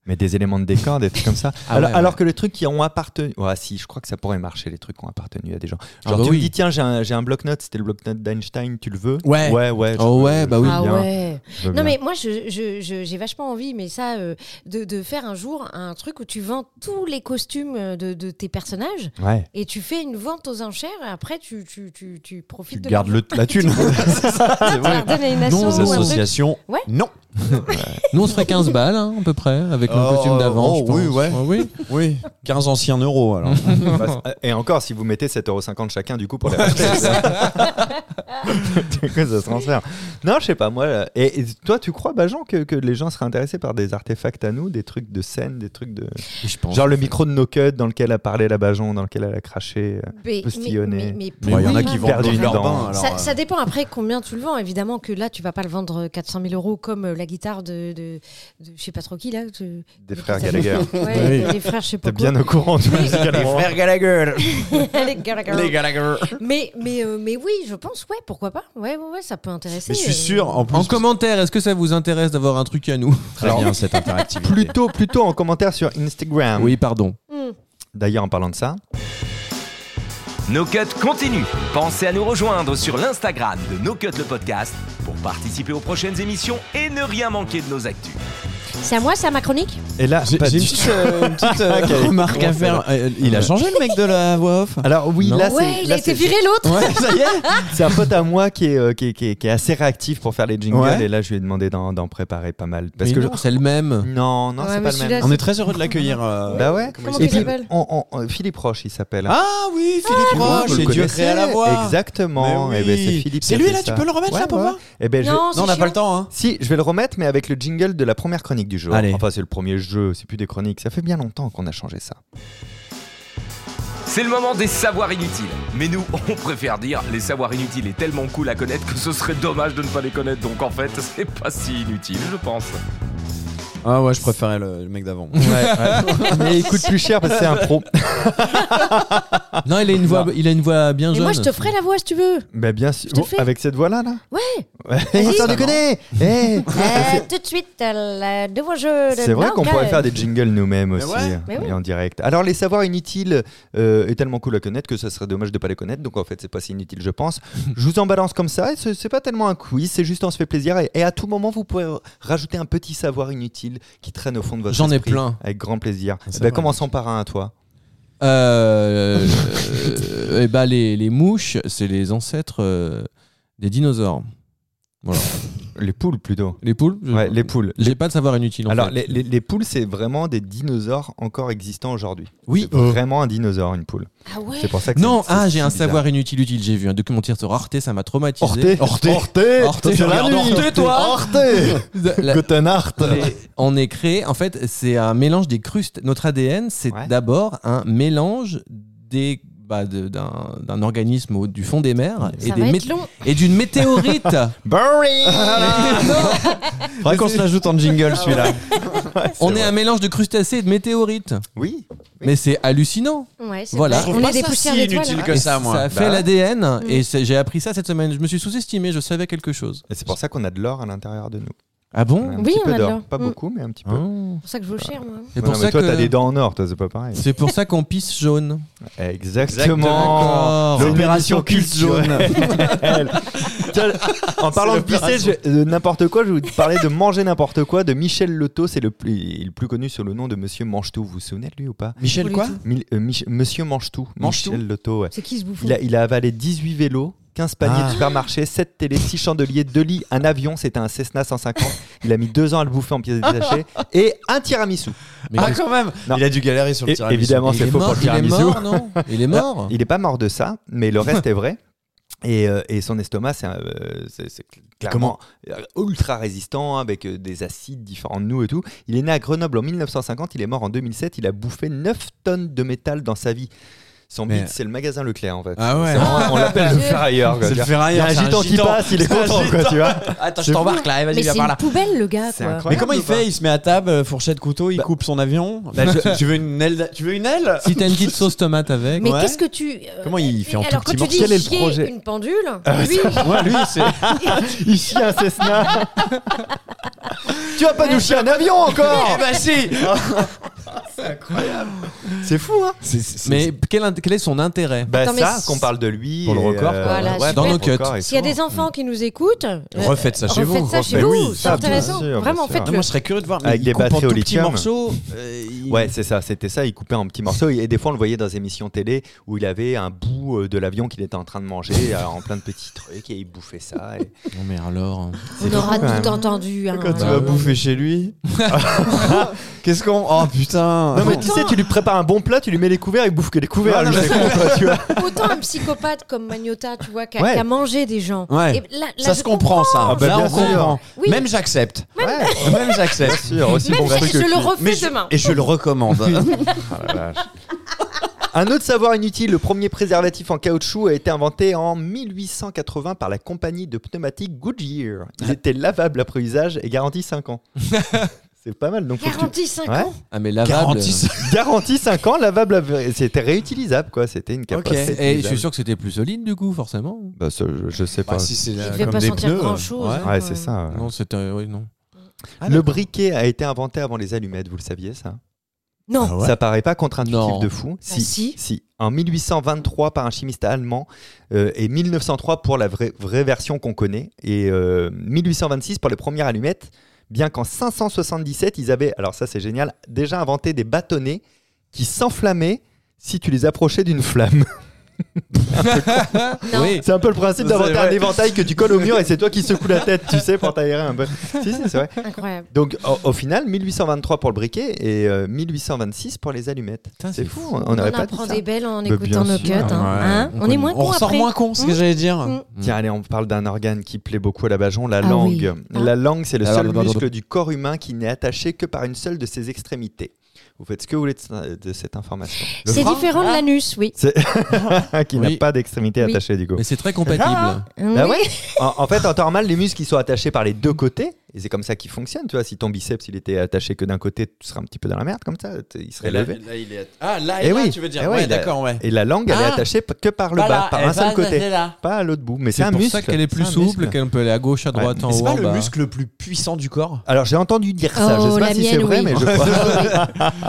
Speaker 2: mais des éléments de décor, des trucs comme ça.
Speaker 3: Ah
Speaker 2: alors,
Speaker 3: ouais, ouais.
Speaker 2: alors que les trucs qui ont appartenu. Ouais, si, je crois que ça pourrait marcher, les trucs qui ont appartenu à des gens. Genre,
Speaker 3: Ah bah
Speaker 2: tu
Speaker 3: oui.
Speaker 2: me dis, tiens, j'ai un, j'ai un bloc-notes, c'était le bloc-notes d'Einstein, tu le veux
Speaker 4: Ouais.
Speaker 2: Ouais, ouais. je-
Speaker 3: Oh ouais, bah oui.
Speaker 5: ah
Speaker 2: bien.
Speaker 5: ouais.
Speaker 2: je veux bien.
Speaker 5: Non mais moi je- je- je- j'ai vachement envie mais ça euh, de, de faire un jour un truc où tu vends tous les costumes euh, de, de tes personnages
Speaker 2: Ouais.
Speaker 5: et tu fais une vente aux enchères et après tu, tu, tu, tu profites
Speaker 4: tu
Speaker 5: de
Speaker 4: gardes le, la thune
Speaker 5: l'argent. Tu leur donnes à une asso
Speaker 4: non
Speaker 5: ou un truc.
Speaker 4: associations
Speaker 5: Ouais.
Speaker 4: non
Speaker 3: Nous, on se ferait 15 balles, hein, à peu près, avec
Speaker 4: Oh,
Speaker 3: nos costumes d'avant.
Speaker 4: oh,
Speaker 3: je pense.
Speaker 4: oui, ouais.
Speaker 3: oui.
Speaker 4: Oui, 15 anciens euros alors.
Speaker 2: Bah, c'est- Et encore, si vous mettez 7,50€ chacun, du coup, pour les racheter. du coup, ça se transfère. Non, je sais pas, moi. euh, Et, et toi, tu crois, Bajan, que, que les gens seraient intéressés par des artefacts à nous, des trucs de scène, des trucs de.
Speaker 3: Je pense.
Speaker 2: Genre le micro de No Cut dans lequel a parlé la Bajon, dans lequel elle a craché. euh.
Speaker 5: Mais-
Speaker 2: postillonné.
Speaker 5: mais- mais-
Speaker 4: Mais Bah, il y en a
Speaker 5: pourquoi
Speaker 2: vendent
Speaker 4: qui vendent
Speaker 2: perdu
Speaker 4: dans
Speaker 2: leur
Speaker 4: leur
Speaker 2: bain,
Speaker 4: bain.
Speaker 5: ça, ça dépend après combien tu le vends. Évidemment que là, tu vas pas le vendre 400 000 euros comme euh, la guitare de, de, de je sais pas trop qui là. de-
Speaker 2: Des
Speaker 5: de-
Speaker 2: frères
Speaker 5: qui
Speaker 2: Gallagher.
Speaker 5: s'appelle-
Speaker 4: Oui.
Speaker 5: Ouais, des- des frères, je sais pas.
Speaker 2: T'es bien au courant, tu vois, musicalement.
Speaker 4: Gallagher.
Speaker 5: quoi. Les Gallagher.
Speaker 4: Gallagher.
Speaker 5: Mais mais euh, mais oui, je pense ouais, pourquoi pas. Ouais ouais, ouais, ça peut intéresser.
Speaker 4: Mais je suis
Speaker 5: euh,
Speaker 4: sûr, en plus.
Speaker 3: En commentaire, est-ce que ça vous intéresse d'avoir un truc à nous
Speaker 4: Très bien cette interactivité.
Speaker 2: Plutôt, plutôt en commentaire sur Instagram.
Speaker 3: Oui, pardon.
Speaker 5: hmm.
Speaker 2: D'ailleurs, en parlant de ça,
Speaker 6: No Cut continue. Pensez à nous rejoindre sur l'Instagram de No Cut le podcast pour participer aux prochaines émissions et ne rien manquer de nos actus.
Speaker 5: C'est à moi, c'est à ma chronique.
Speaker 2: et là,
Speaker 4: J'ai
Speaker 2: pas
Speaker 4: j'ai une
Speaker 2: du-
Speaker 4: petite, euh, une petite, euh,
Speaker 2: Ok.
Speaker 4: remarque à faire. Euh, Il a changé le mec de la voix off
Speaker 2: alors oui,
Speaker 4: Non.
Speaker 2: là, c'est-
Speaker 5: ouais, il
Speaker 2: là,
Speaker 5: a
Speaker 2: c'est-
Speaker 5: été viré l'autre.
Speaker 4: Ouais, ça y est.
Speaker 2: C'est un pote à moi qui est, euh, qui est, qui est- qui est assez réactif pour faire les jingles
Speaker 4: Ouais.
Speaker 2: et là je lui ai demandé d'en d'en préparer pas mal parce
Speaker 3: Mais
Speaker 2: que
Speaker 3: non, c'est le même.
Speaker 2: je... non non
Speaker 5: Ouais,
Speaker 2: c'est
Speaker 5: mais
Speaker 2: pas le
Speaker 5: celui-là,
Speaker 2: même.
Speaker 4: On est très heureux de l'accueillir. euh.
Speaker 2: Bah ouais.
Speaker 5: Comment
Speaker 2: et
Speaker 5: il
Speaker 2: puis
Speaker 5: s'appelle
Speaker 2: on- on- on- Philippe Roche il s'appelle.
Speaker 4: Ah oui, Philippe
Speaker 2: Vous
Speaker 4: Roche,
Speaker 2: le
Speaker 4: et Dieu
Speaker 2: connaissez,
Speaker 4: créé à la voix.
Speaker 2: Exactement.
Speaker 4: Mais
Speaker 2: Eh ben,
Speaker 4: oui.
Speaker 2: c'est Philippe.
Speaker 4: C'est
Speaker 2: qui a
Speaker 4: lui
Speaker 2: fait
Speaker 4: là,
Speaker 2: ça.
Speaker 4: tu peux le remettre
Speaker 2: Ouais,
Speaker 4: là pour
Speaker 2: ouais.
Speaker 4: voir
Speaker 2: Eh ben, je-
Speaker 5: Non,
Speaker 4: Non, on n'a pas le temps hein.
Speaker 2: Si, je vais le remettre, mais avec le jingle de la première chronique du jour.
Speaker 4: Allez.
Speaker 2: Enfin, c'est le premier jeu, c'est plus des chroniques. Ça fait bien longtemps qu'on a changé ça.
Speaker 6: C'est le moment des savoirs inutiles. Mais nous, on préfère dire les savoirs inutiles est tellement cool à connaître que ce serait dommage de ne pas les connaître. Donc en fait, c'est pas si inutile, je pense.
Speaker 4: Ah ouais, je préférais le, le mec d'avant.
Speaker 2: mais il coûte plus cher parce que c'est un pro.
Speaker 3: Non, il a une voix, il a une voix bien
Speaker 5: Mais
Speaker 3: jeune.
Speaker 5: moi, je te ferai la voix si tu veux.
Speaker 2: Bah, bien sûr.
Speaker 5: Je te fais.
Speaker 2: avec cette voix-là, là
Speaker 5: Ouais.
Speaker 2: Ouais. Sans déconner Eh.
Speaker 5: Euh, tout de suite, euh, le nouveau jeu. de
Speaker 2: C'est vrai qu'on
Speaker 5: Blanca.
Speaker 2: pourrait faire des jingles nous-mêmes aussi
Speaker 4: ouais,
Speaker 5: mais ouais.
Speaker 2: et en direct. Alors les savoirs inutiles euh, est tellement cool à connaître que ça serait dommage de pas les connaître. Donc en fait c'est pas si inutile je pense. je vous en balance comme ça. et C'est c'est pas tellement un quiz, c'est juste on se fait plaisir et, et à tout moment vous pouvez rajouter un petit savoir inutile qui traîne au fond de votre
Speaker 3: J'en ai
Speaker 2: esprit.
Speaker 3: plein. Ah,
Speaker 2: Avec grand plaisir. Eh
Speaker 4: Ça
Speaker 2: ben,
Speaker 4: va.
Speaker 2: commençons par un à toi.
Speaker 3: Euh, euh, eh ben, les, les mouches, c'est les ancêtres euh, des dinosaures. Voilà.
Speaker 2: Les poules plutôt.
Speaker 3: Les poules je-
Speaker 2: Ouais, les poules.
Speaker 3: J'ai pas de savoir inutile. Mmh. en
Speaker 2: Alors, les,
Speaker 3: fait.
Speaker 2: les- les poules, c'est vraiment des dinosaures encore existants aujourd'hui.
Speaker 3: Oui,
Speaker 2: C'est
Speaker 3: euh.
Speaker 2: vraiment un dinosaure, une poule.
Speaker 5: Ah ouais
Speaker 2: C'est pour ça que
Speaker 3: Non,
Speaker 2: c'est- c'est
Speaker 3: ah,
Speaker 2: si
Speaker 3: j'ai un
Speaker 2: bizarre.
Speaker 3: savoir inutile utile. J'ai vu un documentaire sur Arte, ça m'a traumatisé.
Speaker 2: Orte. Orte.
Speaker 3: Orte,
Speaker 2: C'est
Speaker 3: tu
Speaker 2: la
Speaker 3: regardes
Speaker 2: nuit.
Speaker 3: Orte, toi
Speaker 2: Orte.
Speaker 3: La-
Speaker 2: Cotton Art.
Speaker 3: les- on est créé, en fait, c'est un mélange des crustes. Notre ADN, c'est
Speaker 2: Ouais.
Speaker 3: d'abord un mélange des bah, de- d'un d'un organisme au- du fond des mers et
Speaker 5: Ça
Speaker 3: des
Speaker 5: va
Speaker 3: mét-
Speaker 5: être long.
Speaker 3: et d'une météorite.
Speaker 2: Burry.
Speaker 3: Ah. Faudrait qu'on se
Speaker 2: l'ajoute en jingle, celui-là.
Speaker 3: on est un mélange de crustacés et de météorites.
Speaker 2: Oui.
Speaker 3: Mais c'est hallucinant.
Speaker 5: Ouais, c'est
Speaker 3: Voilà.
Speaker 5: vrai.
Speaker 3: Je
Speaker 5: On est des poussières d'étoiles. hein.
Speaker 3: Et ça fait
Speaker 2: Bah.
Speaker 3: l'ADN
Speaker 5: Mm.
Speaker 3: et c'est- j'ai appris ça cette semaine. Je me suis sous-estimé, je savais quelque chose.
Speaker 2: Et c'est pour ça qu'on a de l'or à l'intérieur de nous.
Speaker 3: Ah bon
Speaker 2: Un
Speaker 5: Mmh. Oui,
Speaker 2: petit
Speaker 5: on
Speaker 2: peu
Speaker 5: a de
Speaker 2: d'or.
Speaker 5: l'or.
Speaker 2: Pas
Speaker 5: Mm.
Speaker 2: beaucoup, mais un petit peu.
Speaker 3: Oh.
Speaker 5: C'est pour ça que je veux cher, moi.
Speaker 3: C'est
Speaker 2: Ouais,
Speaker 3: pour
Speaker 2: mais
Speaker 3: ça
Speaker 2: toi,
Speaker 3: que-
Speaker 2: t'as des dents en or, toi, c'est pas pareil.
Speaker 3: C'est pour ça qu'on pisse jaune.
Speaker 2: Exactement.
Speaker 3: D'accord.
Speaker 2: L'opération culte jaune. Tiens, en parlant de pisser, je- de n'importe quoi, je vais vous parler de manger n'importe quoi de Michel Leto, c'est le plus, il est le plus connu sous le nom de Monsieur Mange-Tout. Vous vous souvenez de lui ou pas
Speaker 3: Michel
Speaker 5: quoi
Speaker 2: Mil- euh, Mich- Monsieur Mange-Tout.
Speaker 3: Mange-Tout
Speaker 2: Michel Leto, ouais.
Speaker 5: C'est qui ce bouffon
Speaker 2: Il a, il a avalé 18 vélos, 15 paniers
Speaker 3: Ah.
Speaker 2: de supermarché, 7 télés, 6 chandeliers, 2 lits, un avion, c'était un Cessna 150. Il a mis 2 ans à le bouffer en pièces détachées et un tiramisu.
Speaker 3: Ah, quand même
Speaker 2: Non.
Speaker 3: Il a dû galérer sur
Speaker 2: Et- évidemment,
Speaker 3: Il
Speaker 2: c'est
Speaker 3: est
Speaker 2: faux pour
Speaker 3: mort,
Speaker 2: le
Speaker 3: il est
Speaker 2: tiramisu.
Speaker 3: mort, non Il est mort
Speaker 2: Il n'est pas mort de ça, mais le reste est vrai. Et, euh, et son estomac, c'est un, euh, c'est- c'est cl- clairement ultra résistant, hein, avec euh, des acides différents de nous et tout. Il est né à Grenoble en 1950, il est mort en 2007, il a bouffé 9 tonnes de métal dans sa vie. Son
Speaker 3: Mais-
Speaker 2: bide, c'est le magasin Leclerc en fait.
Speaker 3: Ah ouais.
Speaker 2: C'est vraiment- on l'appelle le ferrailleur. quoi, tu vois. Il y a
Speaker 3: ferrailleur.
Speaker 2: un gitan qui passe, il est content, quoi, tu vois.
Speaker 3: Attends,
Speaker 2: je
Speaker 3: t'embarque là,
Speaker 5: Mais c'est une poubelle, le gars.
Speaker 2: C'est
Speaker 5: quoi.
Speaker 2: incroyable.
Speaker 4: Mais comment il
Speaker 2: ou pas
Speaker 4: fait Il se met à table, euh, fourchette, couteau, il
Speaker 2: Bah-
Speaker 4: coupe son avion.
Speaker 2: je-
Speaker 4: tu veux une aile d'a- Tu veux une aile
Speaker 3: Si t'as une petite sauce tomate avec.
Speaker 5: Mais
Speaker 4: Ouais.
Speaker 5: qu'est-ce que tu. euh,
Speaker 4: Comment il fait en
Speaker 5: Alors,
Speaker 4: tout petit
Speaker 5: quand tu dis
Speaker 4: morceau
Speaker 2: Quel est le
Speaker 5: chier
Speaker 2: projet
Speaker 5: une pendule, lui,
Speaker 4: Ouais, lui, c'est.
Speaker 2: Il chie un Cessna. tu vas pas nous chier un avion encore
Speaker 4: bah si
Speaker 2: C'est fou, hein
Speaker 3: Mais quel, int- quel est son intérêt
Speaker 2: Bah
Speaker 5: Attends, mais
Speaker 2: ça,
Speaker 5: c'est-
Speaker 2: qu'on parle de lui.
Speaker 3: Pour le
Speaker 2: et,
Speaker 3: record,
Speaker 2: euh,
Speaker 5: Voilà, super.
Speaker 3: dans nos
Speaker 2: pour le
Speaker 3: cuts.
Speaker 2: record et
Speaker 5: s'il y a
Speaker 2: tout.
Speaker 5: des enfants qui nous écoutent, euh,
Speaker 3: Refaites ça chez
Speaker 5: refaites
Speaker 3: vous.
Speaker 5: ça chez
Speaker 2: Refaites-
Speaker 5: vous.
Speaker 2: oui,
Speaker 5: C'est
Speaker 2: ça, bien
Speaker 5: intéressant.
Speaker 2: sûr, bien
Speaker 5: Vraiment,
Speaker 2: sûr.
Speaker 5: faites-le.
Speaker 4: Moi, je serais curieux de voir. mais
Speaker 2: Avec
Speaker 4: il
Speaker 2: des
Speaker 4: coupe en
Speaker 2: batteries au
Speaker 4: tout petits
Speaker 2: lithium.
Speaker 4: morceaux. euh, il-
Speaker 2: Ouais, c'est ça, c'était ça, il coupait en petits morceaux et des fois on le voyait dans des émissions télé où il avait un bout euh, de l'avion qu'il était en train de manger euh, en plein de petits trucs et il bouffait ça. et-
Speaker 3: Non mais alors.
Speaker 5: On aura
Speaker 2: fou, quand
Speaker 5: tout
Speaker 2: même.
Speaker 5: entendu. hein.
Speaker 4: Quand tu
Speaker 3: Ah
Speaker 4: vas
Speaker 3: ouais.
Speaker 4: bouffer chez lui. Qu'est-ce qu'on. Oh putain
Speaker 2: Non mais tu sais, tu lui prépares un bon plat, tu lui mets les couverts, il bouffe que les couverts, lui, c'est con, quoi, tu vois.
Speaker 5: Autant un psychopathe comme Magnota, tu vois, qui a,
Speaker 2: Ouais.
Speaker 5: qui a mangé des gens.
Speaker 4: Ouais.
Speaker 5: Et là- là,
Speaker 4: Ça
Speaker 5: je
Speaker 4: se comprend, ça.
Speaker 2: Ah bah,
Speaker 4: Là,
Speaker 2: bien
Speaker 4: on
Speaker 2: sûr.
Speaker 4: comprend.
Speaker 5: Oui.
Speaker 4: Même j'accepte.
Speaker 2: Ouais,
Speaker 4: Même j'accepte.
Speaker 2: bien sûr, aussi
Speaker 5: Même
Speaker 2: bon
Speaker 5: si
Speaker 2: truc
Speaker 5: je
Speaker 2: que
Speaker 5: le
Speaker 2: cul.
Speaker 4: Mais
Speaker 5: refais
Speaker 4: je-
Speaker 5: demain.
Speaker 4: Et je le recommande.
Speaker 2: Un autre savoir inutile, le premier préservatif en caoutchouc a été inventé en 1880 par la compagnie de pneumatiques Goodyear. Il était lavable après usage et garanti 5 ans. C'est pas mal, donc faut que tu-
Speaker 5: Garantie 5
Speaker 2: Ouais.
Speaker 5: ans.
Speaker 3: Ah mais lavable.
Speaker 2: Garantie 5 ans, lavable, à- c'était réutilisable quoi, c'était une capacité.
Speaker 3: Et je suis
Speaker 2: utilisable.
Speaker 3: sûr que c'était plus solide du coup, forcément.
Speaker 2: Bah, ça, je, je sais pas.
Speaker 4: Bah, si c'est
Speaker 5: Il
Speaker 4: euh,
Speaker 5: devait
Speaker 4: comme
Speaker 5: pas
Speaker 4: des
Speaker 5: sentir
Speaker 4: pneus, euh,
Speaker 5: grand-chose.
Speaker 4: ouais.
Speaker 5: hein.
Speaker 2: ouais, c'est ça. ouais.
Speaker 3: Non, c'était oui, non.
Speaker 4: Ah,
Speaker 2: le briquet a été inventé avant les allumettes, vous le saviez ça
Speaker 5: Non.
Speaker 4: Ah ouais.
Speaker 2: Ça paraît pas contre-intuitif
Speaker 3: Non.
Speaker 2: de fou.
Speaker 5: Ah, si.
Speaker 2: En 1823 par un chimiste allemand euh, et 1903 pour la vraie, vraie version qu'on connaît et euh, 1826 pour les premières allumettes. Bien qu'en 577 ils avaient, alors ça c'est génial, déjà inventé des bâtonnets qui s'enflammaient si tu les approchais d'une flamme.
Speaker 5: Non.
Speaker 3: Oui.
Speaker 2: C'est un peu le principe
Speaker 4: C'est
Speaker 2: d'inventer
Speaker 4: vrai.
Speaker 2: un éventail que tu colles au mur et c'est toi qui secoues la tête, tu sais, pour t'aérer un peu. Si, si, c'est vrai.
Speaker 5: Incroyable.
Speaker 2: Donc au, au final, 1823 pour le briquet et euh, 1826 pour les allumettes.
Speaker 3: Putain,
Speaker 2: C'est
Speaker 3: c'est
Speaker 2: fou,
Speaker 3: fou.
Speaker 2: on
Speaker 5: On
Speaker 2: n'aurait pas dit
Speaker 5: apprend
Speaker 2: ça.
Speaker 5: des belles en
Speaker 2: Bah, bien
Speaker 5: écoutant nos
Speaker 2: sûr.
Speaker 5: cuts. hein.
Speaker 4: Ouais.
Speaker 5: Hein
Speaker 3: On
Speaker 5: On est moins
Speaker 4: On
Speaker 5: con
Speaker 4: ressort
Speaker 5: après.
Speaker 4: moins con, c'est ce que
Speaker 5: Hmm.
Speaker 4: j'allais dire.
Speaker 5: Hmm.
Speaker 2: Tiens, allez, on parle d'un organe qui plaît beaucoup à la Bajon, la
Speaker 5: Ah
Speaker 2: langue.
Speaker 5: oui. Hein
Speaker 2: La langue, c'est le
Speaker 3: La
Speaker 2: seul
Speaker 3: langue, la langue, la
Speaker 2: muscle du corps humain qui n'est attaché que par une seule de ses extrémités. Vous faites ce que vous voulez de, ça- de cette information. Le
Speaker 5: C'est
Speaker 2: frein,
Speaker 5: différent
Speaker 4: Ah.
Speaker 5: de l'anus, oui.
Speaker 2: qui n'a
Speaker 3: Oui.
Speaker 2: pas d'extrémité
Speaker 5: Oui.
Speaker 2: attachée, du coup.
Speaker 3: Mais c'est très compatible.
Speaker 2: Bah
Speaker 5: Hein, Oui.
Speaker 2: ouais. en, en fait, en temps normal, les muscles ils sont attachés par les deux côtés, et c'est comme ça qu'ils fonctionnent. Tu vois, si ton biceps il était attaché que d'un côté, tu serais un petit peu dans la merde comme ça, t- il serait
Speaker 4: Et là,
Speaker 2: levé.
Speaker 4: là, il est- Ah, là,
Speaker 2: Eh
Speaker 4: et là,
Speaker 2: oui.
Speaker 4: tu veux dire.
Speaker 2: Eh ouais,
Speaker 4: ouais,
Speaker 2: il a-
Speaker 4: d'accord, ouais.
Speaker 2: Et la langue, elle est
Speaker 4: Ah.
Speaker 2: attachée p- que par le
Speaker 4: Pas
Speaker 2: bas,
Speaker 4: là,
Speaker 2: par
Speaker 4: elle
Speaker 2: un seul
Speaker 4: va- elle est
Speaker 2: côté,
Speaker 4: là.
Speaker 2: pas à l'autre bout. Mais c'est
Speaker 3: C'est
Speaker 2: un
Speaker 3: pour
Speaker 2: muscle.
Speaker 3: ça qu'elle est plus
Speaker 2: C'est un
Speaker 3: souple,
Speaker 2: muscle.
Speaker 3: qu'elle peut aller à gauche, à droite,
Speaker 2: Ouais.
Speaker 3: en
Speaker 4: Mais
Speaker 3: haut,
Speaker 4: c'est
Speaker 3: en
Speaker 4: pas le
Speaker 3: bas.
Speaker 4: muscle le plus puissant du corps
Speaker 2: Alors j'ai entendu dire ça, je
Speaker 5: Oh,
Speaker 2: sais
Speaker 5: la
Speaker 2: pas si c'est
Speaker 5: mienne,
Speaker 2: vrai,
Speaker 5: oui.
Speaker 2: mais je crois.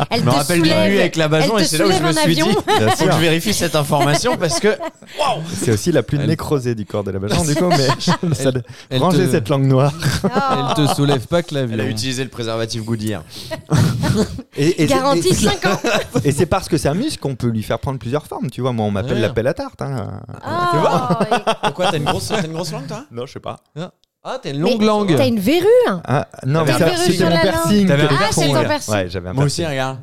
Speaker 5: Elle
Speaker 4: Je me
Speaker 5: te
Speaker 4: rappelle d'une nuit
Speaker 5: soulève.
Speaker 4: avec la Bajon
Speaker 5: Elle
Speaker 4: et
Speaker 5: te
Speaker 4: c'est là où je
Speaker 5: soulève
Speaker 4: me
Speaker 5: en
Speaker 4: suis dit,
Speaker 5: avion.
Speaker 2: Bien
Speaker 4: faut que
Speaker 2: sûr.
Speaker 4: je vérifie cette information parce que
Speaker 2: C'est aussi la plus
Speaker 3: Elle-
Speaker 2: nécrosée du corps de la vagin, du coup, mais ça-
Speaker 3: Elle te-
Speaker 2: rangez cette langue noire.
Speaker 5: Oh.
Speaker 3: Elle te soulève pas que
Speaker 4: elle a
Speaker 3: l'avion.
Speaker 4: utilisé le préservatif Goodyear.
Speaker 2: Et, et-
Speaker 5: Garantie 5 ans.
Speaker 2: et- et c'est parce que c'est un muscle qu'on peut lui faire prendre plusieurs formes, tu vois. Moi, on m'appelle
Speaker 3: Ouais.
Speaker 2: la pelle à tarte. hein.
Speaker 5: Oh,
Speaker 4: Pourquoi t'as une grosse, t'as une grosse langue toi
Speaker 2: Non, je sais pas.
Speaker 3: Ah. Ah, t'as une
Speaker 5: Mais
Speaker 3: longue langue.
Speaker 5: T'as une verrue hein.
Speaker 2: Ah, non, mais
Speaker 5: T'avais une
Speaker 2: ça,
Speaker 5: verrue
Speaker 2: c'était
Speaker 5: sur
Speaker 2: mon
Speaker 5: la langue.
Speaker 2: piercing.
Speaker 3: T'avais un
Speaker 2: qui était
Speaker 5: piercing.
Speaker 2: con,
Speaker 5: Ah, c'est ton
Speaker 2: là.
Speaker 5: piercing.
Speaker 2: Ouais, j'avais un
Speaker 4: Moi aussi,
Speaker 2: piercing.
Speaker 4: regarde.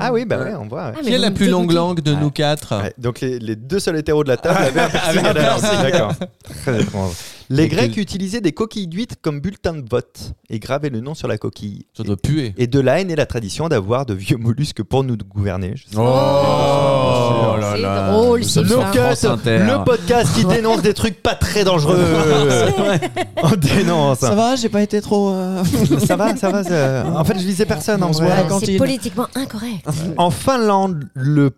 Speaker 2: Ah oui, bah ouais, on voit.
Speaker 5: Ah, mais
Speaker 3: Qui est
Speaker 5: vous
Speaker 3: la
Speaker 5: me
Speaker 3: plus longue
Speaker 5: dégoûtez.
Speaker 3: langue de nous quatre
Speaker 2: Ouais, donc les, les deux seuls hétéros de la table avaient un piercing à la langue. D'accord. Très étrange. Les
Speaker 3: Et
Speaker 2: Grecs
Speaker 3: que-
Speaker 2: utilisaient des coquilles d'huîtres comme bulletin de vote et gravaient le nom sur la coquille.
Speaker 3: Ça doit puer.
Speaker 2: Et de là est née la tradition d'avoir de vieux mollusques pour nous gouverner. Je sais pas.
Speaker 4: Oh là
Speaker 5: C'est
Speaker 4: là.
Speaker 5: drôle,
Speaker 4: Nous
Speaker 5: c'est
Speaker 4: sommes
Speaker 5: ça.
Speaker 4: sur
Speaker 2: No
Speaker 4: France
Speaker 2: Cut,
Speaker 4: Inter.
Speaker 2: le podcast qui dénonce des trucs pas très dangereux. On dénonce.
Speaker 4: Ça va, j'ai pas été trop.
Speaker 2: ça va, ça va, ça- En fait, je visais personne en
Speaker 4: On se
Speaker 2: vrai.
Speaker 4: voit à la
Speaker 5: Ah, C'est
Speaker 4: cantine.
Speaker 5: politiquement incorrect.
Speaker 2: En Finlande, le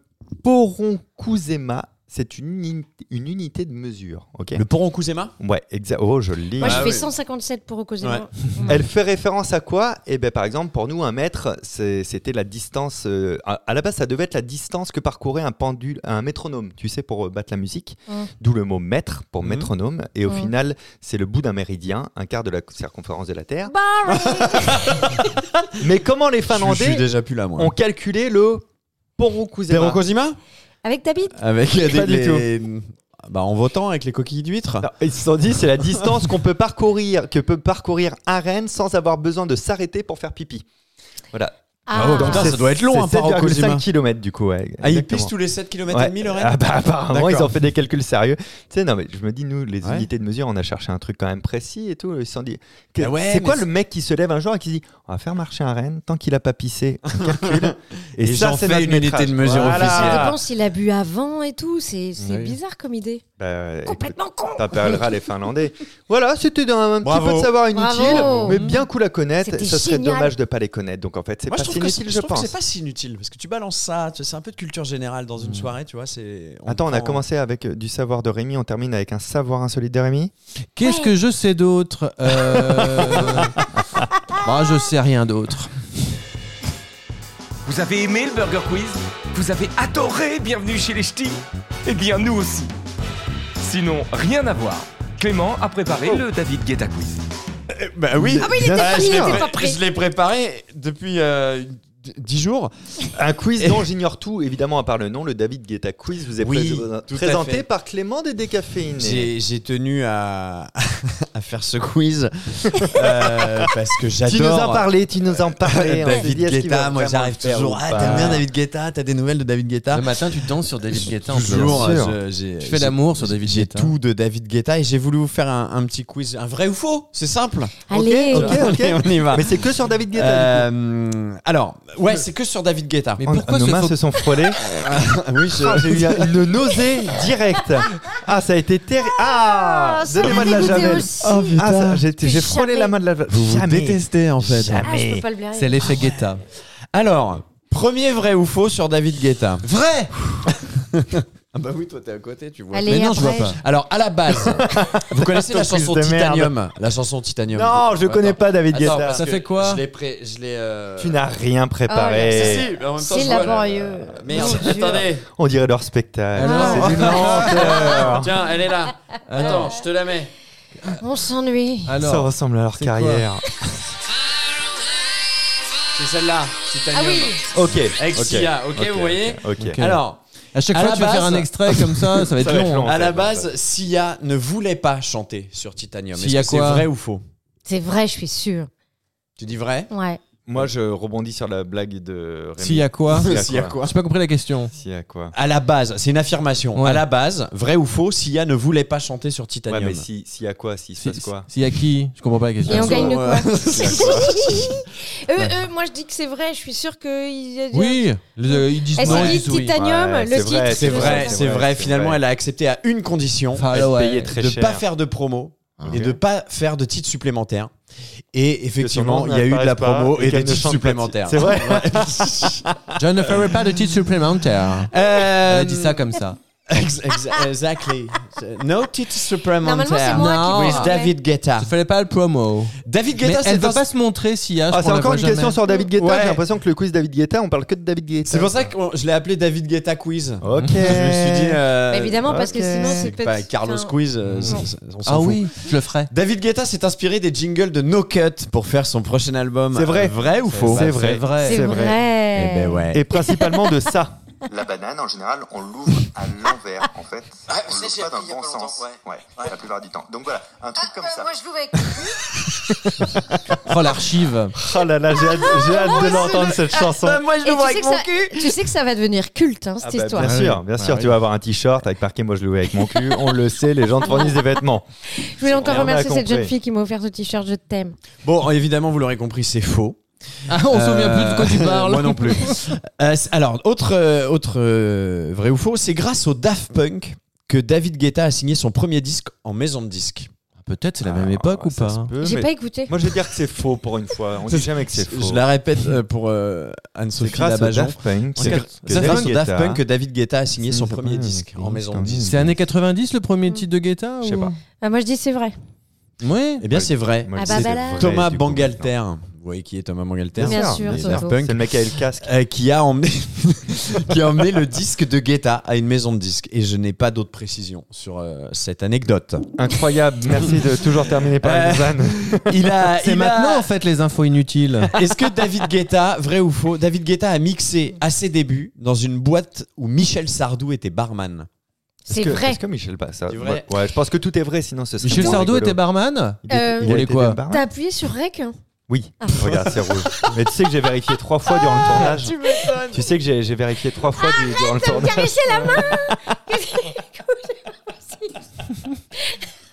Speaker 2: poronkuzema, c'est une, uni- une unité de mesure. Ok.
Speaker 4: Le poron Kusema
Speaker 2: Ouais, exa- Oh, je le lis.
Speaker 5: Moi, je
Speaker 4: Ah
Speaker 5: fais
Speaker 4: oui.
Speaker 5: 157 pour Okozema.
Speaker 2: Elle fait référence à quoi Eh ben, par exemple, pour nous, un mètre, c'est- c'était la distance. euh, à, à la base, ça devait être la distance que parcourait un pendule, un métronome. Tu sais, pour euh, battre la musique.
Speaker 5: Mm.
Speaker 2: D'où le mot mètre pour
Speaker 4: Mhm.
Speaker 2: métronome. Et au
Speaker 5: Mm.
Speaker 2: final, c'est le bout d'un méridien, un quart de la circonférence de la Terre.
Speaker 5: Bah,
Speaker 2: Mais comment les
Speaker 4: Je suis
Speaker 2: Finlandais
Speaker 4: déjà plus là, moi.
Speaker 2: ont calculé le porokuzema
Speaker 4: Poron Kusema
Speaker 5: Avec ta bite
Speaker 4: Avec des,
Speaker 2: Pas du
Speaker 4: les- Bah, en votant avec les coquilles d'huîtres.
Speaker 2: Non, ils se sont dit c'est la distance qu'on peut parcourir, que peut parcourir un renne sans avoir besoin de s'arrêter pour faire pipi. Voilà.
Speaker 4: Ah ouais,
Speaker 5: Ah.
Speaker 4: donc putain, ça doit être long, hein,
Speaker 2: C'est
Speaker 4: par au Cosima.
Speaker 2: 7,5 km du coup. Ouais,
Speaker 4: Ah, ils
Speaker 2: Exactement.
Speaker 4: pissent tous les 7 km
Speaker 2: Ouais.
Speaker 4: et demi, le reste
Speaker 2: Ah bah apparemment ils
Speaker 4: D'accord.
Speaker 2: ont fait des calculs sérieux. Tu sais non mais je me dis nous les
Speaker 4: Ouais.
Speaker 2: unités de mesure on a cherché un truc quand même précis et tout. Ils se sont dit que-
Speaker 4: Ah ouais,
Speaker 2: c'est quoi
Speaker 4: mais
Speaker 2: le mec qui se lève un jour et qui dit on va faire marcher un renne tant qu'il a pas pissé on calcule.
Speaker 4: Et j'en fais
Speaker 2: notre
Speaker 4: une unité
Speaker 2: métrage.
Speaker 4: de mesure
Speaker 2: Voilà.
Speaker 5: Ça
Speaker 4: officielle.
Speaker 5: dépend s'il a bu avant et tout. C'est c'est
Speaker 4: Oui.
Speaker 5: bizarre comme idée.
Speaker 2: Bah, euh, écoute,
Speaker 5: Complètement con.
Speaker 2: T'appelleras les Finlandais. Voilà, c'était un, un petit
Speaker 4: Bravo.
Speaker 2: peu de savoir inutile,
Speaker 5: Bravo.
Speaker 2: mais bien cool à connaître.
Speaker 5: C'était
Speaker 2: Ça serait
Speaker 5: génial.
Speaker 2: dommage de pas les connaître. Donc en fait, c'est
Speaker 4: Moi,
Speaker 2: pas
Speaker 4: je
Speaker 2: si
Speaker 4: trouve que c'est-
Speaker 2: inutile,
Speaker 4: je
Speaker 2: je,
Speaker 4: trouve que
Speaker 2: pense.
Speaker 4: c'est pas si inutile parce que tu balances ça, tu vois, c'est un peu de culture générale dans
Speaker 2: Mm.
Speaker 4: une soirée, tu vois. C'est.
Speaker 2: Attends, on a
Speaker 4: prend-
Speaker 2: commencé avec euh, du savoir de Rémi, on termine avec un savoir insolite de Rémi.
Speaker 3: Qu'est-ce que je sais d'autre Euh, Moi, je sais rien d'autre.
Speaker 6: Vous avez aimé le Burger Quiz Vous avez adoré Bienvenue chez les Ch'tis Eh bien, nous aussi. Sinon, rien à voir. Clément a
Speaker 3: Oh.
Speaker 6: préparé le David Guetta Quiz.
Speaker 4: Eh, Bah oui.
Speaker 2: Ah oui, il était
Speaker 4: Bah,
Speaker 2: pas-
Speaker 4: je
Speaker 2: il
Speaker 4: l'ai
Speaker 2: était
Speaker 4: pré-
Speaker 5: pas prêt.
Speaker 4: Je l'ai préparé depuis euh, d- 10 jours.
Speaker 2: Un quiz dont j'ignore tout, évidemment, à part le nom, le David Guetta Quiz vous est
Speaker 4: Oui,
Speaker 2: pré-
Speaker 4: tout à
Speaker 2: présenté
Speaker 4: fait.
Speaker 2: par Clément des Décaféinés.
Speaker 4: J'ai j'ai tenu à, à faire ce quiz euh, parce que j'adore.
Speaker 2: Tu nous en parlais, tu nous en parlais. on s'est
Speaker 4: David
Speaker 2: dit, est-ce qu'il
Speaker 4: Guetta,
Speaker 2: va
Speaker 4: moi
Speaker 2: vraiment
Speaker 4: j'arrive
Speaker 2: le faire
Speaker 4: toujours.
Speaker 2: ou
Speaker 4: Ah,
Speaker 2: pas
Speaker 4: t'aimes bien David Guetta T'as des nouvelles de David Guetta
Speaker 3: Le matin, tu danses sur David Guetta. en plus.
Speaker 4: Toujours,
Speaker 2: Bien sûr.
Speaker 4: euh, je- j'ai-
Speaker 3: Tu fais
Speaker 4: j'ai-
Speaker 3: l'amour sur David
Speaker 4: J'ai
Speaker 3: Guetta.
Speaker 4: tout de David Guetta et j'ai voulu vous faire un, un petit quiz, un vrai ou faux, c'est simple.
Speaker 5: Allez. euh,
Speaker 2: Ok, ok,
Speaker 4: Allez, on y va.
Speaker 2: Mais c'est que sur David Guetta. du coup.
Speaker 4: Euh, alors, ouais, c'est que sur David Guetta.
Speaker 3: Mais
Speaker 2: On-
Speaker 3: pourquoi
Speaker 2: Oh, nos
Speaker 3: ce
Speaker 2: mains
Speaker 3: faux-
Speaker 2: se sont frôlées.
Speaker 4: oui, je-
Speaker 2: Ah, J'ai eu une nausée directe. Ah, ça a été terrible. Ah,
Speaker 5: Ah, ça
Speaker 2: Donnez-moi de
Speaker 5: m'a
Speaker 2: la
Speaker 5: dégoûté
Speaker 2: javel.
Speaker 5: aussi. Oh,
Speaker 4: putain.
Speaker 2: Ah, ça, j'ai j'ai frôlé
Speaker 5: Jamais.
Speaker 2: la main de la javel.
Speaker 4: vous vous
Speaker 2: Jamais.
Speaker 4: détestez en fait.
Speaker 2: Jamais.
Speaker 5: Ah, je peux pas le blairer.
Speaker 3: C'est l'effet Guetta.
Speaker 4: Alors, premier vrai ou faux sur David Guetta.
Speaker 3: Vrai
Speaker 4: Ah bah oui, toi t'es à côté, tu vois.
Speaker 5: Allez,
Speaker 3: Mais non, je
Speaker 5: après,
Speaker 3: vois pas.
Speaker 4: Alors, à la base, vous connaissez la
Speaker 2: Ton quiz
Speaker 4: chanson
Speaker 2: de merde.
Speaker 4: Titanium La chanson Titanium.
Speaker 2: Non, je
Speaker 4: Attends.
Speaker 2: connais pas David
Speaker 4: Attends,
Speaker 2: Guetta.
Speaker 4: parce
Speaker 3: ça
Speaker 4: que
Speaker 3: fait quoi
Speaker 4: Je l'ai pré- je l'ai, euh,
Speaker 2: Tu n'as rien
Speaker 5: Oh là,
Speaker 2: préparé.
Speaker 4: Si, mais en même temps,
Speaker 5: C'est
Speaker 4: je vois, là,
Speaker 5: laborieux.
Speaker 4: là. Merde,
Speaker 5: Mon Dieu.
Speaker 4: attendez.
Speaker 2: On dirait leur spectacle.
Speaker 3: Alors,
Speaker 2: C'est une lenteur.
Speaker 4: Tiens, elle est là. Attends, je te la mets.
Speaker 5: On s'ennuie.
Speaker 2: Ça
Speaker 3: Alors,
Speaker 2: ressemble à leur
Speaker 3: c'est quoi
Speaker 2: carrière.
Speaker 4: C'est celle-là,
Speaker 5: Ah
Speaker 4: Titanium.
Speaker 5: oui.
Speaker 2: Ok.
Speaker 4: Avec
Speaker 2: ok,
Speaker 4: Sia, ok, vous voyez
Speaker 2: Ok.
Speaker 3: Ok.
Speaker 4: Alors,
Speaker 3: à chaque
Speaker 4: à
Speaker 3: fois
Speaker 4: la
Speaker 3: que tu vas faire
Speaker 4: base-
Speaker 3: un extrait comme ça, ça va être
Speaker 2: Ça va être
Speaker 3: long.
Speaker 2: long.
Speaker 3: hein.
Speaker 4: à la
Speaker 2: fait,
Speaker 4: base,
Speaker 2: en
Speaker 4: Sia ne voulait pas chanter sur Titanium. Est-ce
Speaker 3: Sia
Speaker 4: que hein. c'est
Speaker 3: quoi
Speaker 4: vrai ou faux
Speaker 5: C'est vrai, je suis sûre.
Speaker 4: Tu dis vrai
Speaker 5: Ouais.
Speaker 2: Moi, je rebondis sur la blague de Rémi.
Speaker 3: S'il y a quoi
Speaker 2: Sia
Speaker 4: Sia
Speaker 2: quoi.
Speaker 4: quoi
Speaker 3: J'ai pas compris la question.
Speaker 2: S'il y a quoi
Speaker 4: À la base, c'est une affirmation.
Speaker 3: Ouais.
Speaker 4: À la base, vrai ou faux, Sia ne voulait pas chanter sur
Speaker 2: Ouais,
Speaker 4: Titanium.
Speaker 2: mais si- s'il y a quoi S'il se
Speaker 3: Si-
Speaker 2: passe quoi
Speaker 3: S'il y a qui Je comprends pas la
Speaker 5: Et on
Speaker 3: question.
Speaker 5: gagne le
Speaker 4: euh,
Speaker 5: quoi Eux, eux, moi je dis que c'est vrai, je suis sûre qu'il y a
Speaker 3: Oui, le- euh, ils disent
Speaker 5: Elle
Speaker 3: non,
Speaker 5: s'est
Speaker 3: ils
Speaker 5: dit
Speaker 3: disent oui.
Speaker 5: Titanium,
Speaker 2: Ouais,
Speaker 5: le
Speaker 2: c'est
Speaker 5: titre.
Speaker 2: vrai,
Speaker 4: C'est vrai,
Speaker 2: C'est
Speaker 4: c'est
Speaker 2: vrai,
Speaker 4: vrai.
Speaker 2: c'est
Speaker 4: Finalement,
Speaker 2: vrai.
Speaker 4: elle a accepté à une condition
Speaker 3: Enfin,
Speaker 2: Elle
Speaker 3: là, ouais.
Speaker 2: payait très
Speaker 4: de
Speaker 2: cher.
Speaker 4: pas faire de promo et de pas faire de titres supplémentaires. Et
Speaker 2: son
Speaker 4: effectivement,
Speaker 2: nom
Speaker 4: il y a eu de la
Speaker 2: n'apparaisse pas
Speaker 4: promo
Speaker 2: et
Speaker 4: et
Speaker 2: qu'elle
Speaker 4: des
Speaker 2: ne
Speaker 4: titres
Speaker 2: chante pas
Speaker 4: supplémentaires.
Speaker 2: dessus. C'est vrai
Speaker 3: Je ne ferai pas de titre supplémentaire.
Speaker 4: Euh,
Speaker 3: Elle dit ça comme ça.
Speaker 4: ex- ex- Exactly. No titres
Speaker 5: Normalement, c'est
Speaker 4: supplémentaires.
Speaker 5: moi
Speaker 3: Non.
Speaker 5: qui
Speaker 4: With
Speaker 5: parle.
Speaker 4: David Guetta.
Speaker 3: Il fallait pas le promo.
Speaker 4: David
Speaker 3: Mais
Speaker 4: Guetta, c'est
Speaker 3: elle va
Speaker 4: dans-
Speaker 3: pas se montrer s'il y a. je
Speaker 2: Ah,
Speaker 3: crois,
Speaker 2: c'est
Speaker 3: on la
Speaker 2: encore
Speaker 3: voit
Speaker 2: une question
Speaker 3: jamais.
Speaker 2: sur David Guetta.
Speaker 4: Ouais.
Speaker 2: J'ai l'impression que le quiz David Guetta, on parle que de David Guetta.
Speaker 4: C'est pour ça que je l'ai appelé David Guetta Quiz.
Speaker 2: Ok.
Speaker 4: Je me suis dit. euh,
Speaker 5: Mais Bah, évidemment, parce que
Speaker 2: ok.
Speaker 5: sinon c'est
Speaker 4: c'est
Speaker 5: peut-être.
Speaker 2: Bah,
Speaker 4: pas Carlos
Speaker 5: enfin,
Speaker 4: Quiz, euh,
Speaker 5: non.
Speaker 4: c'est- c'est- on s'en
Speaker 3: Ah
Speaker 4: fout.
Speaker 3: oui, je le ferai.
Speaker 4: David Guetta s'est inspiré des jingles de No Cut pour faire son prochain album. Euh,
Speaker 2: C'est vrai.
Speaker 4: Vrai ou faux
Speaker 2: C'est vrai.
Speaker 3: vrai.
Speaker 5: C'est
Speaker 2: C'est
Speaker 5: vrai.
Speaker 2: vrai.
Speaker 4: Eh ben ouais.
Speaker 2: Et principalement de ça.
Speaker 7: La banane, en général, on l'ouvre à l'envers, en fait.
Speaker 8: Ah,
Speaker 7: on
Speaker 8: ça, j'ai
Speaker 7: l'ouvre pas dans le
Speaker 8: appris il y a
Speaker 7: bon
Speaker 8: pas longtemps,
Speaker 7: sens.
Speaker 8: ouais.
Speaker 7: la plupart du temps. Donc voilà, un truc comme
Speaker 5: euh,
Speaker 7: ça.
Speaker 5: Moi, je l'ouvre avec.
Speaker 3: Oh, l'archive.
Speaker 2: Oh là là, j'ai hâte, j'ai hâte de l'entendre cette chanson.
Speaker 5: Bah, moi, je l'ouvre avec mon cul. Tu sais que ça va devenir culte, hein, cette
Speaker 2: Ah bah,
Speaker 5: histoire.
Speaker 2: Bien sûr, bien sûr, tu vas avoir un t-shirt avec parquet, moi je loue avec mon cul. On le sait, les gens te fournissent des vêtements.
Speaker 5: Je voulais encore
Speaker 2: On a
Speaker 5: remercier cette jeune
Speaker 2: compris.
Speaker 5: fille qui m'a offert ce t-shirt. Je t'aime.
Speaker 4: Bon, évidemment, vous l'aurez compris, c'est faux.
Speaker 3: Ah, on se souvient plus de quoi tu
Speaker 4: Euh,
Speaker 3: parles.
Speaker 4: Moi non plus. Euh, c- alors, autre, euh, autre euh, vrai ou faux, c'est grâce au Daft Punk que David Guetta a signé son premier disque en maison de disque.
Speaker 3: Peut-être c'est la même époque ou
Speaker 2: Ah, Ça
Speaker 3: pas hein.
Speaker 2: se peut,
Speaker 5: J'ai
Speaker 2: mais-
Speaker 5: pas écouté.
Speaker 2: Moi je vais dire que c'est faux pour une fois. On dit jamais que c'est faux.
Speaker 4: Je la répète euh, pour euh,
Speaker 2: C'est
Speaker 4: Anne-Sophie
Speaker 2: grâce à
Speaker 4: Labajon.
Speaker 2: Daft Punk.
Speaker 4: C'est
Speaker 2: que-
Speaker 4: gra-
Speaker 2: que
Speaker 4: c'est grâce au Daft
Speaker 2: Guetta-
Speaker 4: Punk que David Guetta a signé
Speaker 2: C'est
Speaker 4: son
Speaker 2: pas
Speaker 4: premier
Speaker 2: mal,
Speaker 4: disque
Speaker 2: c'est
Speaker 4: en maison de
Speaker 2: pas
Speaker 4: disque.
Speaker 3: C'est années 90 le
Speaker 4: Mm.
Speaker 3: premier titre de Guetta
Speaker 2: Je sais
Speaker 3: ou-
Speaker 2: pas.
Speaker 5: Ah, moi, je dis c'est vrai.
Speaker 3: Ouais.
Speaker 4: Eh bien, c'est vrai.
Speaker 2: Moi,
Speaker 5: Ah
Speaker 2: je
Speaker 5: bah
Speaker 2: dis
Speaker 5: voilà.
Speaker 2: c'est vrai,
Speaker 4: Thomas
Speaker 2: du coup, maintenant.
Speaker 4: Bangalter. Vous voyez qui est Thomas Bangalter
Speaker 5: Bien
Speaker 2: sûr,
Speaker 5: sûr,
Speaker 2: bien
Speaker 5: Toto.
Speaker 4: Daft Punk.
Speaker 2: C'est le mec qui a le casque.
Speaker 4: euh, qui a emmené qui a emmené le disque de Guetta à une maison de disques et je n'ai pas d'autres précisions sur euh, cette anecdote.
Speaker 2: Incroyable, merci de toujours terminer par
Speaker 4: Euh,
Speaker 2: une vanne.
Speaker 4: Il a
Speaker 3: C'est maintenant en fait les infos inutiles.
Speaker 4: Est-ce que David Guetta, vrai ou faux, David Guetta a mixé à ses débuts dans une boîte où Michel Sardou était barman.
Speaker 5: C'est
Speaker 2: Est-ce que-
Speaker 5: vrai.
Speaker 2: Est-ce que Michel pas ça
Speaker 4: C'est vrai.
Speaker 2: Ouais, je pense que tout est vrai, sinon ce serait.
Speaker 3: Michel
Speaker 2: moins
Speaker 3: Sardou
Speaker 2: rigolo.
Speaker 3: était barman.
Speaker 2: Il était-
Speaker 5: Euh,
Speaker 2: il
Speaker 3: Vous voulez
Speaker 2: était
Speaker 3: quoi
Speaker 2: bien barman
Speaker 5: T'as appuyé sur Rec hein
Speaker 2: Oui, regarde, c'est rouge. Mais tu sais que j'ai vérifié trois fois durant le
Speaker 5: Ah,
Speaker 2: tournage. Tu, sais que j'ai j'ai vérifié trois fois du- durant le tournage.
Speaker 5: Caresser la main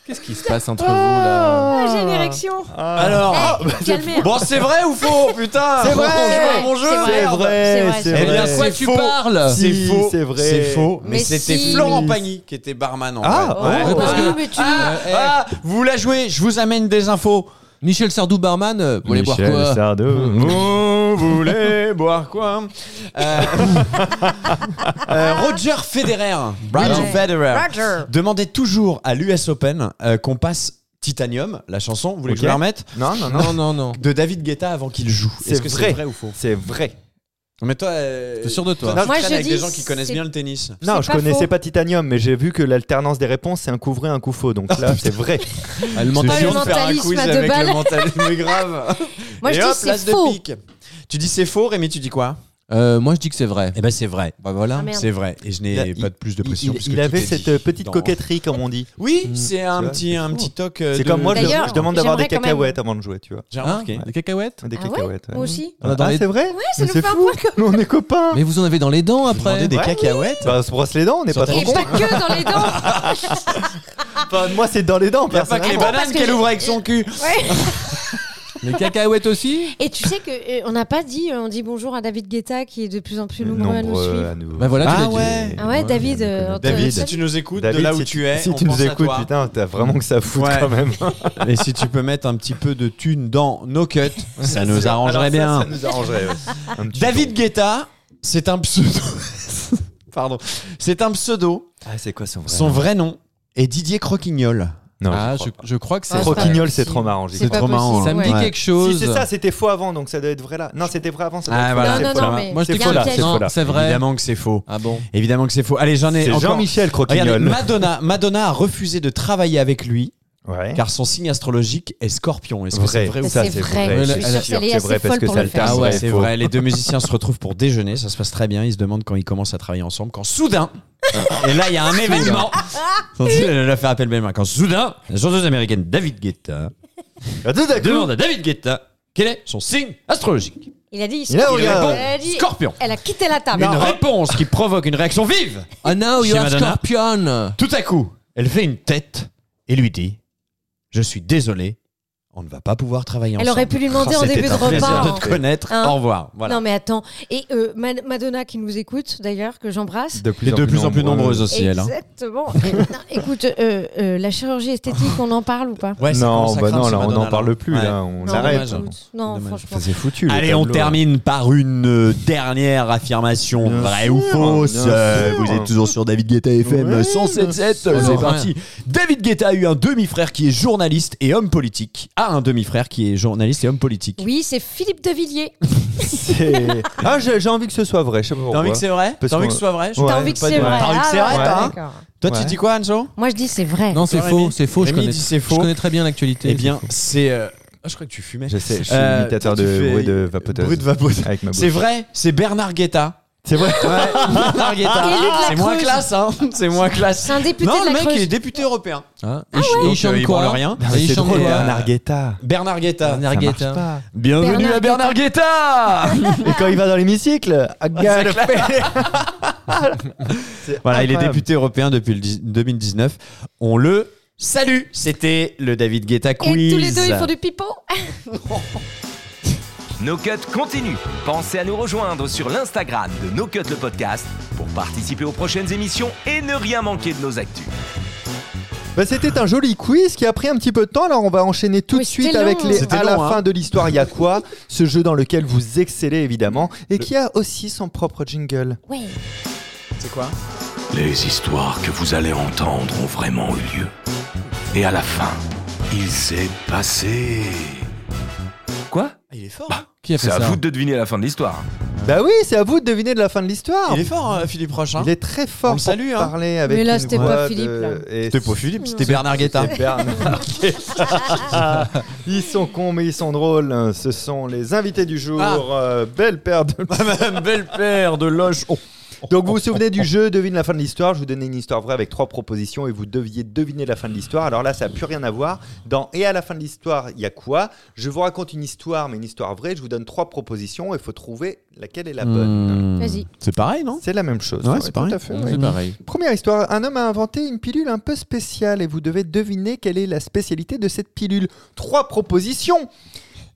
Speaker 3: Qu'est-ce qui se passe entre vous là
Speaker 5: Ah, J'ai une érection.
Speaker 2: Ah.
Speaker 4: Alors,
Speaker 5: Calmer.
Speaker 4: bon, c'est vrai ou faux, putain
Speaker 2: C'est vrai.
Speaker 4: Franchement, mon jeu.
Speaker 5: C'est vrai.
Speaker 2: C'est vrai, c'est
Speaker 5: c'est
Speaker 2: vrai.
Speaker 4: Eh bien,
Speaker 3: De quoi
Speaker 4: c'est
Speaker 3: tu
Speaker 4: faux.
Speaker 3: parles
Speaker 2: Si,
Speaker 4: C'est faux,
Speaker 2: c'est vrai.
Speaker 4: C'est faux, mais,
Speaker 5: Mais
Speaker 4: c'était
Speaker 5: si.
Speaker 4: Florent Pagny qui était barman en
Speaker 2: Ah,
Speaker 4: vrai.
Speaker 2: ouais.
Speaker 3: Ouais, parce
Speaker 5: Ah
Speaker 3: que-
Speaker 5: oui, mais tu-
Speaker 4: Ah,
Speaker 3: Eh,
Speaker 4: ah, vous la jouez, je vous amène des infos.
Speaker 3: Michel Sardou barman, euh, vous voulez boire quoi
Speaker 2: Sardou.
Speaker 4: Vous voulez boire quoi Euh, euh, Roger Federer. Roger
Speaker 5: Ouais.
Speaker 4: Federer.
Speaker 5: Roger.
Speaker 4: Demandez toujours à l'US Open euh, qu'on passe Titanium, la chanson, vous voulez que
Speaker 2: Ok.
Speaker 4: je la remette
Speaker 2: Non, non, non.
Speaker 3: Non, non, non.
Speaker 4: De David Guetta avant qu'il joue.
Speaker 2: C'est
Speaker 4: Est-ce que
Speaker 2: vrai.
Speaker 4: c'est vrai ou faux
Speaker 2: C'est vrai.
Speaker 4: Mais toi, euh,
Speaker 3: T'es sûr de toi
Speaker 4: toi, tu
Speaker 5: Moi,
Speaker 4: traînes
Speaker 5: je
Speaker 4: avec
Speaker 5: dis
Speaker 4: des gens qui connaissent
Speaker 5: c'est-
Speaker 4: bien le tennis.
Speaker 2: Non,
Speaker 5: C'est
Speaker 2: je
Speaker 5: pas
Speaker 2: connaissais
Speaker 5: faux.
Speaker 2: pas Titanium, mais j'ai vu que l'alternance des réponses, c'est un coup vrai, un coup faux. Donc là, c'est vrai.
Speaker 4: le
Speaker 5: mentalisme
Speaker 4: de faire un
Speaker 5: à
Speaker 4: quiz
Speaker 5: deux
Speaker 4: avec le
Speaker 5: balles.
Speaker 4: mentalisme grave.
Speaker 5: Moi, je
Speaker 4: Et
Speaker 5: dis
Speaker 4: hop,
Speaker 5: c'est
Speaker 4: l'as de
Speaker 5: faux.
Speaker 4: pique. Tu dis c'est faux, Rémi, tu dis quoi
Speaker 3: Euh, Moi je dis que c'est vrai.
Speaker 4: Eh ben c'est vrai.
Speaker 3: Bah voilà.
Speaker 5: Ah, merde.
Speaker 4: C'est vrai. Et je n'ai
Speaker 2: Il-
Speaker 4: pas de plus de
Speaker 2: Il,
Speaker 4: pression.
Speaker 2: il-
Speaker 4: parce que
Speaker 2: il
Speaker 4: tout
Speaker 2: avait
Speaker 4: est
Speaker 2: cette
Speaker 4: dit
Speaker 2: euh, petite
Speaker 4: dans-
Speaker 2: coquetterie, comme on dit.
Speaker 4: Oui,
Speaker 3: Mm.
Speaker 4: c'est
Speaker 2: Tu
Speaker 4: un
Speaker 2: vois,
Speaker 4: petit, un
Speaker 2: c'est
Speaker 4: petit
Speaker 2: fou.
Speaker 4: toc. euh,
Speaker 2: C'est
Speaker 4: de-
Speaker 2: comme moi, je,
Speaker 5: D'ailleurs,
Speaker 2: je demande d'avoir des
Speaker 5: j'aimerais quand même-
Speaker 2: cacahuètes avant de jouer, tu vois.
Speaker 4: J'ai
Speaker 3: Hein
Speaker 4: remarqué.
Speaker 3: Des cacahuètes
Speaker 2: Des
Speaker 5: Ah
Speaker 2: cacahuètes. ouais.
Speaker 5: Moi aussi.
Speaker 3: On a dans
Speaker 2: Ah,
Speaker 3: les-
Speaker 2: c'est vrai
Speaker 5: ça
Speaker 2: Mais
Speaker 5: nous
Speaker 2: C'est
Speaker 5: fait un
Speaker 2: fou. Nous, on est copains.
Speaker 3: Mais vous en avez dans les dents
Speaker 4: Vous
Speaker 3: après
Speaker 4: demandez des
Speaker 2: Ouais,
Speaker 4: cacahuètes
Speaker 2: Bah, on se brosse les dents, on n'est pas
Speaker 4: Sur
Speaker 2: trop
Speaker 4: ta
Speaker 5: Et
Speaker 2: cons.
Speaker 5: pas que dans les dents.
Speaker 2: Enfin, moi, c'est dans les dents,
Speaker 4: Y a pas que les
Speaker 2: personnellement.
Speaker 5: Attends, Ah, parce
Speaker 4: bananes
Speaker 5: que
Speaker 4: qu'elle
Speaker 5: j'ai-
Speaker 4: ouvre avec son cul.
Speaker 3: Les cacahuètes aussi
Speaker 5: Et tu sais que euh, on n'a pas dit, euh, on dit bonjour à David Guetta qui est de plus en plus nombreux à nous
Speaker 2: Nombreux
Speaker 5: suivre.
Speaker 2: à nous.
Speaker 3: Bah voilà, tu
Speaker 4: Ah
Speaker 3: l'as dit.
Speaker 4: ouais.
Speaker 5: Ah ouais, David. euh, on te-
Speaker 4: David,
Speaker 5: salut.
Speaker 4: si tu nous écoutes,
Speaker 2: David,
Speaker 4: de là où
Speaker 2: si
Speaker 4: tu es,
Speaker 2: si
Speaker 4: on
Speaker 2: tu
Speaker 4: pense
Speaker 2: nous
Speaker 4: à
Speaker 2: écoutes,
Speaker 4: toi.
Speaker 2: putain, t'as vraiment que ça fout
Speaker 4: Ouais.
Speaker 2: quand même.
Speaker 4: Et si tu peux mettre un petit peu de thune dans nos cuts, ça nous arrangerait bien.
Speaker 2: Ça nous arrangerait.
Speaker 4: David Guetta, c'est un pseudo. Pardon. C'est un pseudo.
Speaker 2: Ah, c'est quoi son vrai
Speaker 4: Son vrai nom est Didier Croquignol.
Speaker 2: Non,
Speaker 3: Ah,
Speaker 2: je
Speaker 3: je,
Speaker 2: crois
Speaker 3: je crois que
Speaker 2: pas.
Speaker 3: c'est.
Speaker 5: crois
Speaker 3: vrai.
Speaker 2: Croquignol, c'est trop marrant. j'y
Speaker 5: C'est
Speaker 2: crois.
Speaker 5: pas
Speaker 4: trop marrant, hein.
Speaker 5: possible.
Speaker 3: Ça me dit
Speaker 4: Ouais.
Speaker 3: quelque chose.
Speaker 2: Si c'est ça, c'était faux avant, donc ça doit être vrai là. Non, c'était vrai avant, ça doit
Speaker 4: Ah,
Speaker 2: être
Speaker 4: voilà,
Speaker 2: faux là,
Speaker 5: Non,
Speaker 2: c'est
Speaker 5: non,
Speaker 2: faux
Speaker 5: non,
Speaker 2: là.
Speaker 5: mais
Speaker 3: Moi je
Speaker 5: il
Speaker 3: dis
Speaker 5: y
Speaker 3: faux
Speaker 5: a un
Speaker 3: là.
Speaker 5: piège.
Speaker 2: faux,
Speaker 3: Non,
Speaker 2: là.
Speaker 3: c'est vrai.
Speaker 4: Évidemment que c'est faux.
Speaker 3: Ah bon
Speaker 4: Évidemment que c'est faux. Allez, j'en ai
Speaker 2: C'est
Speaker 4: encore.
Speaker 2: Jean-Michel
Speaker 4: Regardez,
Speaker 2: Croquignol.
Speaker 4: Madonna, Madonna a refusé de travailler avec lui
Speaker 2: Ouais.
Speaker 4: car son signe astrologique est Scorpion. Est-ce que c'est
Speaker 2: Vrai,
Speaker 4: vrai ou
Speaker 2: ça
Speaker 5: C'est
Speaker 2: c'est
Speaker 5: vrai.
Speaker 2: vrai.
Speaker 3: Je suis
Speaker 2: Elle-
Speaker 3: sûre
Speaker 2: elle-
Speaker 5: qu'elle est
Speaker 2: C'est
Speaker 5: assez
Speaker 2: vrai parce
Speaker 5: folle
Speaker 2: que
Speaker 5: pour
Speaker 2: ça
Speaker 5: le
Speaker 2: le
Speaker 5: faire.
Speaker 4: Ah
Speaker 2: tarde,
Speaker 4: ouais,
Speaker 2: ouais,
Speaker 4: c'est
Speaker 2: faux.
Speaker 4: vrai. Les deux musiciens se retrouvent pour déjeuner. Ça se passe très bien. Ils se demandent quand ils commencent à travailler ensemble. Quand soudain, et là, il y a un événement. Elle a fait appel belle main. Quand soudain, la chanteuse américaine David Guetta
Speaker 2: Ah, tout à coup.
Speaker 4: demande à David Guetta quel est son signe astrologique.
Speaker 5: Il a dit.
Speaker 2: Il
Speaker 4: Ah,
Speaker 2: a
Speaker 5: elle,
Speaker 2: regardé.
Speaker 5: a dit
Speaker 4: Scorpion.
Speaker 5: elle a quitté la table.
Speaker 4: Une réponse qui provoque une réaction vive.
Speaker 3: Ah now you
Speaker 4: Chez
Speaker 3: are
Speaker 4: Madonna.
Speaker 3: Scorpion
Speaker 4: Tout à coup, elle fait une tête et lui dit Je suis désolé, on ne va pas pouvoir travailler
Speaker 5: Elle
Speaker 4: ensemble.
Speaker 5: aurait pu lui demander
Speaker 2: Oh,
Speaker 5: en
Speaker 2: c'était
Speaker 5: début de
Speaker 2: un
Speaker 5: repas.
Speaker 4: plaisir de
Speaker 5: hein.
Speaker 4: te connaître.
Speaker 5: Hein
Speaker 4: Au revoir. Voilà.
Speaker 5: Non mais attends. Et euh, Ma- Madonna qui nous écoute d'ailleurs, que j'embrasse.
Speaker 2: De
Speaker 4: Et de plus en plus nombreuses aussi, elle. hein.
Speaker 5: Exactement. Non, écoute, euh, euh, la chirurgie esthétique, on en parle ou pas
Speaker 4: Ouais, ça
Speaker 2: Non,
Speaker 4: commence à
Speaker 2: bah
Speaker 4: craindre,
Speaker 2: non,
Speaker 4: ce
Speaker 2: là on
Speaker 4: Madonna,
Speaker 2: n'en parle
Speaker 4: là.
Speaker 2: plus,
Speaker 4: Ouais.
Speaker 2: là on
Speaker 4: Non,
Speaker 2: arrête.
Speaker 4: dommage. hein.
Speaker 5: Non,
Speaker 4: Dommage.
Speaker 5: franchement.
Speaker 2: C'est foutu. le
Speaker 4: Allez, on
Speaker 2: tableau.
Speaker 4: termine par une euh, dernière affirmation
Speaker 2: Bien
Speaker 4: vraie
Speaker 2: sûr,
Speaker 4: ou fausse.
Speaker 2: bien
Speaker 4: Euh,
Speaker 2: sûr.
Speaker 4: vous êtes toujours sur David Guetta FM
Speaker 2: Ouais,
Speaker 4: 1077.
Speaker 2: bien sûr.
Speaker 4: C'est parti. David Guetta a eu un demi-frère qui est journaliste et homme politique. A un demi-frère qui est journaliste et homme politique.
Speaker 5: Oui, c'est Philippe de Villiers.
Speaker 2: C'est- Ah, j'ai j'ai envie que ce soit vrai, je sais pas
Speaker 4: T'as
Speaker 2: pourquoi.
Speaker 4: envie que c'est vrai
Speaker 2: Parce
Speaker 4: T'as envie
Speaker 2: qu'on-
Speaker 4: que ce soit vrai
Speaker 2: Ouais,
Speaker 5: T'as envie que
Speaker 2: pas
Speaker 5: c'est
Speaker 2: de-
Speaker 5: vrai.
Speaker 4: T'as envie que c'est
Speaker 5: Ah,
Speaker 4: vrai,
Speaker 5: ouais,
Speaker 4: toi, hein
Speaker 5: d'accord.
Speaker 4: Toi,
Speaker 2: Ouais.
Speaker 4: tu dis quoi, Anjo
Speaker 5: Moi, je dis c'est vrai.
Speaker 3: Non, c'est
Speaker 4: Rémi-
Speaker 3: faux, c'est faux. Je
Speaker 4: Rémi
Speaker 3: connais,
Speaker 4: dit c'est faux.
Speaker 3: je connais très bien l'actualité.
Speaker 4: Eh bien, c'est. euh, Ah, je crois que tu fumais.
Speaker 2: Je sais, je suis
Speaker 4: Euh,
Speaker 2: imitateur
Speaker 4: toi, tu
Speaker 2: de
Speaker 4: fais-
Speaker 2: bruit de vapoteuse.
Speaker 4: Bruit de vapoteuse.
Speaker 2: Avec ma
Speaker 4: C'est
Speaker 2: bouche.
Speaker 4: vrai, c'est Bernard Guetta
Speaker 2: C'est vrai
Speaker 4: Marguetta.
Speaker 5: Élu de la
Speaker 4: C'est moins
Speaker 5: Creuse.
Speaker 4: classe, hein. C'est moins classe.
Speaker 5: C'est un député
Speaker 4: non,
Speaker 5: de
Speaker 4: le
Speaker 5: la
Speaker 4: mec,
Speaker 5: Creuse.
Speaker 4: il est député européen.
Speaker 3: Hein
Speaker 4: Ah ouais.
Speaker 3: il chante
Speaker 4: Donc, euh, il
Speaker 3: quoi
Speaker 4: branle rien.
Speaker 3: Et
Speaker 2: Non, mais
Speaker 3: il
Speaker 2: C'est
Speaker 3: chante
Speaker 2: drôle,
Speaker 3: quoi
Speaker 2: Bernard Guetta.
Speaker 4: Bernard Guetta.
Speaker 3: Bernard
Speaker 2: Ça marche
Speaker 3: Guetta.
Speaker 2: pas.
Speaker 4: Bienvenue
Speaker 5: Bernard
Speaker 4: à Bernard Guetta.
Speaker 2: Et quand il va dans l'hémicycle, I gotta pay. C'est
Speaker 4: Voilà, il est
Speaker 2: incroyable.
Speaker 4: député européen depuis le dix- 2019. On le salue. C'était le David Guetta
Speaker 5: Et
Speaker 4: quiz.
Speaker 5: tous les deux, ils font du pipeau. Ah,
Speaker 6: No Cut continue. Pensez à nous rejoindre sur l'Instagram de No Cut le podcast pour participer aux prochaines émissions et ne rien manquer de nos actus.
Speaker 2: Bah, C'était un joli quiz qui a pris un petit peu de temps. Alors, on va enchaîner tout
Speaker 5: Oui,
Speaker 2: de suite
Speaker 5: c'était
Speaker 2: avec
Speaker 5: long.
Speaker 2: les
Speaker 4: C'était
Speaker 2: à la
Speaker 4: long, hein.
Speaker 2: fin de l'histoire. Il y a quoi Ce jeu dans lequel vous excellez évidemment et qui a aussi son propre jingle.
Speaker 5: Ouais.
Speaker 4: C'est quoi
Speaker 8: Les histoires que vous allez entendre ont vraiment eu lieu. Et à la fin, il s'est passé.
Speaker 6: Quoi
Speaker 4: Ah, Il est fort.
Speaker 3: Qui a fait
Speaker 6: C'est à
Speaker 3: ça
Speaker 6: vous de deviner la fin de l'histoire.
Speaker 2: Bah oui, c'est à vous de deviner de la fin de l'histoire.
Speaker 4: Il est fort, hein, Philippe Roche. hein.
Speaker 2: Il est très fort
Speaker 4: On le
Speaker 2: pour
Speaker 4: salue, hein.
Speaker 2: parler avec
Speaker 5: Mais là,
Speaker 2: une
Speaker 5: c'était pas
Speaker 2: voix
Speaker 5: Philippe,
Speaker 2: de-
Speaker 5: là.
Speaker 2: et
Speaker 4: C'était pas Philippe, c'était
Speaker 2: c'était-
Speaker 4: Bernard Guetta.
Speaker 2: c'était Bernard Guetta. ils sont cons, mais ils sont drôles. Ce sont les invités du jour.
Speaker 4: Ah.
Speaker 2: Euh, belle paire de
Speaker 4: Madame belle paire de loches. Oh.
Speaker 2: Donc vous vous souvenez du jeu Devine la fin de l'histoire. Je vous donnais une histoire vraie avec trois propositions et vous deviez deviner la fin de l'histoire. Alors là, ça n'a plus rien à voir. Dans Et à la fin de l'histoire, il y a quoi Je vous raconte une histoire, mais une histoire vraie. Je vous donne trois propositions et il faut trouver laquelle est la bonne.
Speaker 4: Hmm.
Speaker 5: Vas-y.
Speaker 4: C'est pareil, non
Speaker 2: C'est la même chose.
Speaker 4: Ouais,
Speaker 2: Ouais,
Speaker 4: c'est
Speaker 2: tout
Speaker 4: pareil.
Speaker 2: à fait,
Speaker 4: C'est
Speaker 2: ouais.
Speaker 4: pareil.
Speaker 2: Première histoire, un homme a inventé une pilule un peu spéciale et vous devez deviner quelle est la spécialité de cette pilule. Trois propositions.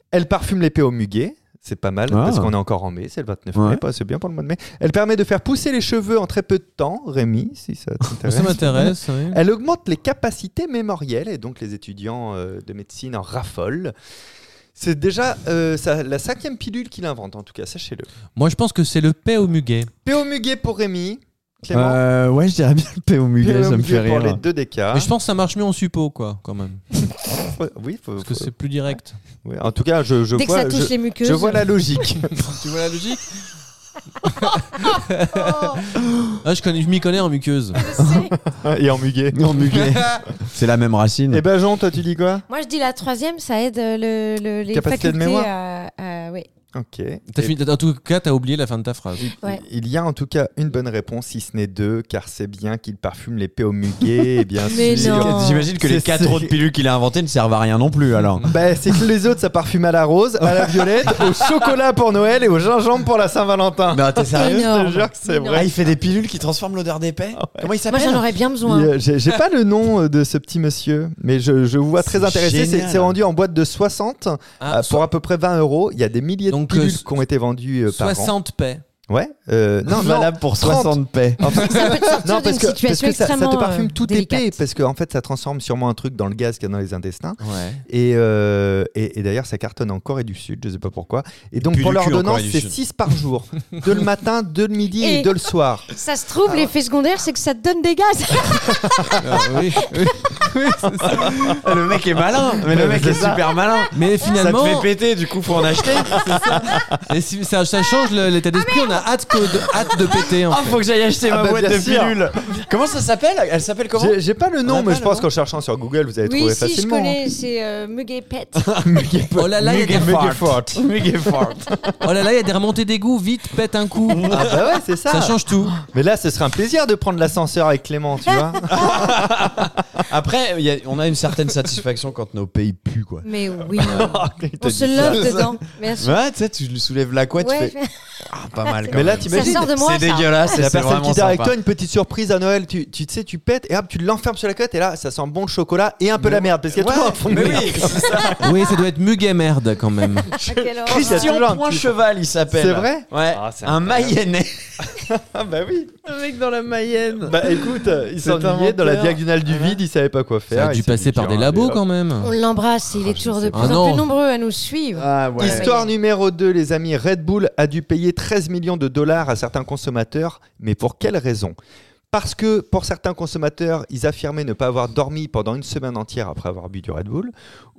Speaker 2: Elle parfume l'épée au muguet. C'est pas mal
Speaker 4: Ah.
Speaker 2: parce qu'on est encore en mai, c'est le 29
Speaker 4: Ouais.
Speaker 2: mai, pas- c'est bien pour le mois de mai. Elle permet de faire pousser les cheveux en très peu de temps, Rémi, si ça t'intéresse.
Speaker 3: Ça m'intéresse. oui.
Speaker 2: Elle augmente les capacités mémorielles et donc les étudiants euh, de médecine en raffolent. C'est déjà euh, ça- la cinquième pilule qu'il invente, en tout cas, sachez-le.
Speaker 3: Moi, je pense que c'est le paix au muguet.
Speaker 2: P au muguet pour Rémi, Clément.
Speaker 4: Euh, ouais, je dirais bien le P.O. Muguet,
Speaker 2: P au
Speaker 4: ça me
Speaker 2: muguet
Speaker 4: fait
Speaker 2: pour
Speaker 4: rire.
Speaker 2: les deux des
Speaker 4: Ah.
Speaker 2: cas.
Speaker 3: Mais je pense que ça marche mieux en suppôt, quoi, quand même.
Speaker 2: Faut- Oui, faut-
Speaker 3: Parce que
Speaker 4: euh,
Speaker 2: faut-
Speaker 3: c'est plus direct.
Speaker 2: oui, en tout cas, je, je
Speaker 5: Dès que
Speaker 2: vois,
Speaker 5: ça touche
Speaker 2: je,
Speaker 5: les muqueuses.
Speaker 2: je vois la logique.
Speaker 3: tu vois la logique ah, Je, connais- je m'y connais en muqueuse.
Speaker 5: Je sais.
Speaker 2: Et en muguet.
Speaker 4: Non, Muguet. C'est la même racine.
Speaker 2: Et ben Jean, toi, tu dis quoi
Speaker 5: Moi, je dis la troisième, ça aide euh, le, le- les
Speaker 2: Capacité de
Speaker 5: facultés
Speaker 2: mémoire.
Speaker 5: à- à- ouais.
Speaker 2: Ok. Et
Speaker 3: T'as fini- en tout cas, t'as oublié la fin de ta phrase.
Speaker 5: Ouais.
Speaker 2: Il y a en tout cas une bonne réponse, si ce n'est deux, car c'est bien qu'il parfume l'épée au muguet, et bien
Speaker 5: Mais
Speaker 2: sûr.
Speaker 5: non.
Speaker 4: J'imagine que les
Speaker 2: C'est-
Speaker 4: quatre
Speaker 2: c'est-
Speaker 4: autres pilules qu'il a inventées ne servent à rien non plus, alors.
Speaker 2: Bah, c'est que les autres, ça parfume à la rose, à la violette, au chocolat pour Noël et au gingembre pour la Saint-Valentin.
Speaker 4: Non, t'es
Speaker 5: sérieux
Speaker 2: Je te
Speaker 5: Énorme.
Speaker 2: jure que c'est
Speaker 5: Énorme.
Speaker 2: vrai.
Speaker 4: Ah, il fait des pilules qui transforment l'odeur des paix Comment il
Speaker 5: Moi,
Speaker 4: s'appelle
Speaker 5: j'en aurais bien besoin.
Speaker 2: Il, euh, J'ai j'ai pas le nom euh, de ce petit monsieur, mais je, je vous vois très
Speaker 4: C'est
Speaker 2: intéressé. C'est-
Speaker 4: génial.
Speaker 2: C'est vendu en boîte de 60
Speaker 3: Ah,
Speaker 2: euh, pour à peu près 20 euros. Il y a des milliers
Speaker 3: Donc,
Speaker 2: de pilules
Speaker 3: euh,
Speaker 2: qui ont été vendues euh, par an.
Speaker 3: 60 paix.
Speaker 2: Ouais. euh, non, non,
Speaker 4: valable pour
Speaker 2: 30.
Speaker 4: 60 paix.
Speaker 2: Enfin,
Speaker 5: Ça peut te sortir
Speaker 2: non, parce
Speaker 5: d'une
Speaker 2: que, parce
Speaker 5: situation
Speaker 2: que ça, ça te
Speaker 5: extrêmement,
Speaker 2: parfume
Speaker 5: euh,
Speaker 2: tout
Speaker 5: délicate.
Speaker 2: épais, parce que en fait, ça transforme sûrement un truc dans le gaz qu'il y a dans les intestins.
Speaker 4: Ouais.
Speaker 2: Et, euh, et, et d'ailleurs, ça cartonne en Corée du Sud, je sais pas pourquoi. Et donc,
Speaker 4: Puis
Speaker 2: pour
Speaker 4: du cul en
Speaker 2: l'ordonnance,
Speaker 4: Corée du
Speaker 2: c'est
Speaker 4: Sud.
Speaker 2: 6 par jour. de le matin, de le midi et,
Speaker 5: Et-
Speaker 2: de le soir.
Speaker 5: Ça se trouve, l'effet secondaire, c'est que ça te donne des gaz.
Speaker 3: oui,
Speaker 4: Le mec est malin, mais le mec est
Speaker 2: Bah.
Speaker 4: super malin.
Speaker 3: Mais finalement,
Speaker 4: Ça te fait péter, du coup, faut en acheter.
Speaker 3: et si- ça, ça change le- l'état d'esprit. On a hâte, que- de, hâte de péter. hein. En
Speaker 4: Ah,
Speaker 3: fait.
Speaker 4: faut que j'aille acheter
Speaker 2: Ah
Speaker 4: ma
Speaker 2: bah,
Speaker 4: boîte
Speaker 2: bien
Speaker 4: de
Speaker 2: sûr.
Speaker 4: pilules. Comment ça s'appelle Elle s'appelle comment
Speaker 2: J'ai- J'ai pas le nom,
Speaker 4: a
Speaker 2: mais
Speaker 4: pas
Speaker 2: je
Speaker 4: le
Speaker 2: pense
Speaker 4: nom
Speaker 2: qu'en cherchant sur Google, vous allez
Speaker 5: Oui,
Speaker 2: trouver
Speaker 5: si, je
Speaker 2: facilement. hein.
Speaker 5: connais, c'est euh, Muguet Pet.
Speaker 3: Oh là là, il y a des-
Speaker 4: Mugefort.
Speaker 3: oh là là, il y a des remontées d'égout. Vite, pète un coup.
Speaker 2: Ah bah ouais, c'est ça.
Speaker 3: Ça change tout.
Speaker 2: Mais là, ce serait un plaisir de prendre l'ascenseur avec Clément, tu
Speaker 4: Ah,
Speaker 2: vois.
Speaker 4: Après, il y a- on a une certaine satisfaction quand nos pays puent, quoi.
Speaker 5: Mais oui,
Speaker 2: Il t'a
Speaker 5: on
Speaker 2: dit
Speaker 5: se
Speaker 2: ça.
Speaker 5: love dedans. Bien sûr.
Speaker 4: Ouais, tu sais, tu lui soulèves la couette,
Speaker 5: Ouais,
Speaker 4: tu fais ah, pas mal quand
Speaker 2: Mais là,
Speaker 4: même.
Speaker 5: ça
Speaker 2: t'imagines
Speaker 5: sort de moi,
Speaker 4: C'est
Speaker 5: ça.
Speaker 4: dégueulasse,
Speaker 2: la
Speaker 4: c'est
Speaker 2: personne
Speaker 4: vraiment
Speaker 2: qui dort avec toi,
Speaker 4: sympa.
Speaker 2: une petite surprise à Noël, tu, tu, tu sais, tu pètes et hop, tu l'enfermes sur la côte et là, ça sent bon le chocolat et un peu la merde parce qu'il y a toujours un fond de
Speaker 4: Mais
Speaker 2: merde.
Speaker 4: oui, c'est ça.
Speaker 3: Oui, ça doit être muguet merde quand même.
Speaker 5: Ah, quelle horreur.
Speaker 2: Christian
Speaker 4: Christian
Speaker 2: Poincheval,
Speaker 4: Point Cheval, il s'appelle.
Speaker 2: C'est vrai
Speaker 4: Ouais.
Speaker 2: Ah, c'est
Speaker 4: un Mayennais.
Speaker 2: Ah bah oui.
Speaker 4: Un mec dans la Mayenne.
Speaker 2: Bah écoute, euh, il
Speaker 4: C'est un
Speaker 2: s'ennuyait dans la
Speaker 4: menteur.
Speaker 2: diagonale du vide, il savait pas quoi
Speaker 3: Ça
Speaker 2: faire.
Speaker 3: a
Speaker 2: il
Speaker 3: dû
Speaker 2: s'est
Speaker 3: passer
Speaker 2: dit,
Speaker 3: par des
Speaker 2: tiens,
Speaker 3: labos
Speaker 2: allez, hop.
Speaker 3: quand même.
Speaker 5: On l'embrasse, il est toujours de plus
Speaker 3: Ah
Speaker 5: en
Speaker 3: non.
Speaker 5: plus nombreux à nous suivre.
Speaker 4: Ah ouais.
Speaker 2: Histoire numéro 2, les amis, Red Bull a dû payer 13 millions de dollars à certains consommateurs, mais pour quelle raison parce que pour certains consommateurs, ils affirmaient ne pas avoir dormi pendant une semaine entière après avoir bu du Red Bull,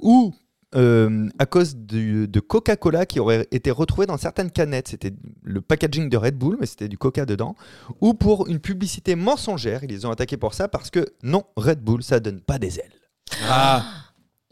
Speaker 2: ou euh, à cause du- de Coca-Cola qui aurait été retrouvé dans certaines canettes. C'était le packaging de Red Bull, mais c'était du Coca dedans, ou pour une publicité mensongère. Ils les ont attaqués pour ça parce que non, Red Bull, ça donne pas des ailes.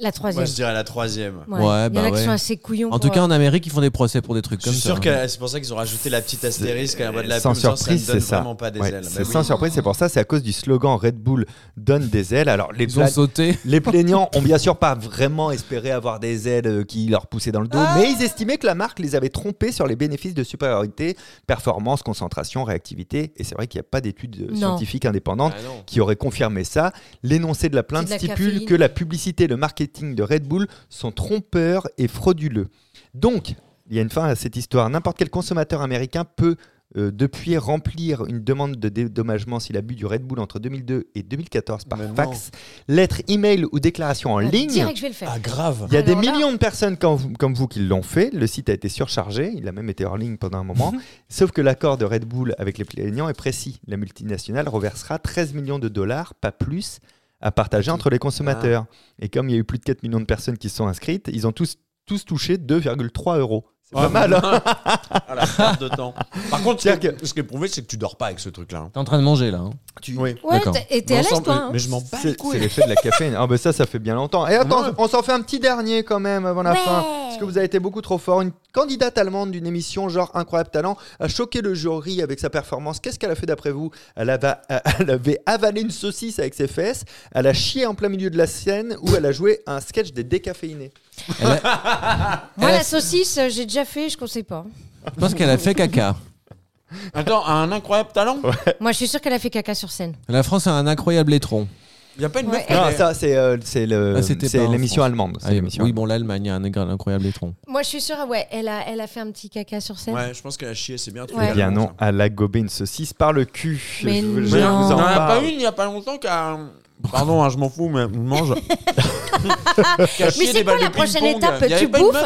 Speaker 5: La troisième.
Speaker 4: Moi, Ah, je dirais la troisième.
Speaker 5: Ouais.
Speaker 3: Ouais,
Speaker 5: Il y en a
Speaker 3: bah
Speaker 5: qui sont
Speaker 3: ouais.
Speaker 5: assez couillons.
Speaker 3: En tout
Speaker 5: pour-
Speaker 3: cas, en Amérique, ils font des procès pour des trucs
Speaker 4: Je
Speaker 3: comme
Speaker 4: suis
Speaker 3: ça.
Speaker 4: sûr
Speaker 3: hein.
Speaker 4: que c'est pour ça qu'ils ont rajouté la petite astérisque à la voix de la
Speaker 2: sans
Speaker 4: pub, genre,
Speaker 2: surprise,
Speaker 4: ça ne
Speaker 2: c'est
Speaker 4: donne
Speaker 2: ça.
Speaker 4: vraiment pas des
Speaker 2: Ouais,
Speaker 4: ailes.
Speaker 2: c'est
Speaker 4: Bah oui.
Speaker 2: sans surprise, c'est pour ça, c'est à cause du slogan Red Bull donne des ailes. Alors les,
Speaker 3: Ils ont
Speaker 2: pla-
Speaker 3: sauté.
Speaker 2: les plaignants ont bien sûr pas vraiment espéré avoir des ailes euh, qui leur poussaient dans le dos,
Speaker 4: Ah.
Speaker 2: mais ils estimaient que la marque les avait trompés sur les bénéfices de supériorité, performance, concentration, réactivité. Et c'est vrai qu'il n'y a pas d'études euh,
Speaker 5: Non.
Speaker 2: scientifiques indépendantes
Speaker 4: Ah non.
Speaker 2: qui aurait confirmé ça. L'énoncé de la plainte
Speaker 5: C'est de la
Speaker 2: stipule
Speaker 5: caféine.
Speaker 2: que la publicité et le marketing de Red Bull sont trompeurs et frauduleux. Donc, il y a une fin à cette histoire. N'importe quel consommateur américain peut euh, depuis remplir une demande de dédommagement s'il a bu du Red Bull entre 2002 et 2014 par
Speaker 4: Mais non.
Speaker 2: fax, lettre, email ou déclaration en
Speaker 5: Ah,
Speaker 2: ligne.
Speaker 5: Direct, je vais le faire.
Speaker 4: Ah, grave.
Speaker 2: Il y a des
Speaker 5: Alors là-
Speaker 2: millions de personnes comme vous, comme vous qui l'ont fait. Le site a été surchargé. Il a même été en ligne pendant un moment. Sauf que l'accord de Red Bull avec les plaignants est précis. La multinationale reversera 13 millions de dollars, pas plus, à partager entre les consommateurs.
Speaker 4: Ah.
Speaker 2: Et comme il y a eu plus de 4 millions de personnes qui se sont inscrites, ils ont tous, tous touché 2,3 euros. C'est pas mal. hein
Speaker 4: Ah, la perte de temps. Par contre, ce
Speaker 2: C'est-à-dire
Speaker 4: qui est- ce qui est prouvé, c'est que tu dors pas avec ce truc-là. hein.
Speaker 3: T'es en train de manger là. hein.
Speaker 4: Oui.
Speaker 5: Ouais,
Speaker 3: D'accord.
Speaker 5: t'es- et t'es à l'aise, toi. hein.
Speaker 4: Mais je m'en bats les
Speaker 2: C'est c'est
Speaker 4: couilles.
Speaker 2: l'effet de la caféine. Ah ben ça, ça fait bien longtemps. Et attends,
Speaker 4: Ouais.
Speaker 2: on s'en fait un petit dernier quand même avant la
Speaker 5: Ouais.
Speaker 2: fin. Parce que vous avez été beaucoup trop fort. Une candidate allemande d'une émission genre Incroyable Talent a choqué le jury avec sa performance. Qu'est-ce qu'elle a fait d'après vous elle, ava- elle avait avalé une saucisse avec ses fesses, elle a chié en plein milieu de la scène où elle a joué un sketch des décaféinés.
Speaker 5: Moi,
Speaker 3: Eh.
Speaker 5: la saucisse, euh, j'ai déjà fait, je conseille pas.
Speaker 3: Je pense qu'elle a fait caca.
Speaker 4: Attends, un incroyable talent
Speaker 5: Moi, je suis sûre qu'elle a fait caca sur scène.
Speaker 3: La France a un incroyable étron.
Speaker 4: Il y a pas une
Speaker 5: Ouais.
Speaker 4: meuf qui
Speaker 2: Non,
Speaker 4: avait-
Speaker 2: ça c'est euh, c'est le-
Speaker 3: Ah, c'était pas
Speaker 2: c'est
Speaker 3: en
Speaker 2: l'émission
Speaker 3: France.
Speaker 2: allemande. c'est
Speaker 3: Ah,
Speaker 2: l'émission
Speaker 3: oui, bon, l'Allemagne a un égra- incroyable étron.
Speaker 5: Moi, je suis sûre, ah ouais, elle a, elle a fait un petit caca sur scène.
Speaker 4: Ouais, je pense qu'elle a chié, c'est bien trouvé.
Speaker 5: Ouais.
Speaker 2: Eh bien
Speaker 4: Allemand,
Speaker 2: non,
Speaker 4: ça.
Speaker 2: elle a gobé une saucisse par le cul.
Speaker 5: Mais
Speaker 2: vous-
Speaker 4: Mais
Speaker 5: non.
Speaker 4: il
Speaker 2: vous
Speaker 4: y
Speaker 2: en
Speaker 4: en a
Speaker 3: Ah,
Speaker 2: parle.
Speaker 4: pas une il y a pas longtemps qui a. Pardon, hein, je m'en fous, mais on mange. mais
Speaker 5: c'est quoi la prochaine étape Bah, Tu bouffes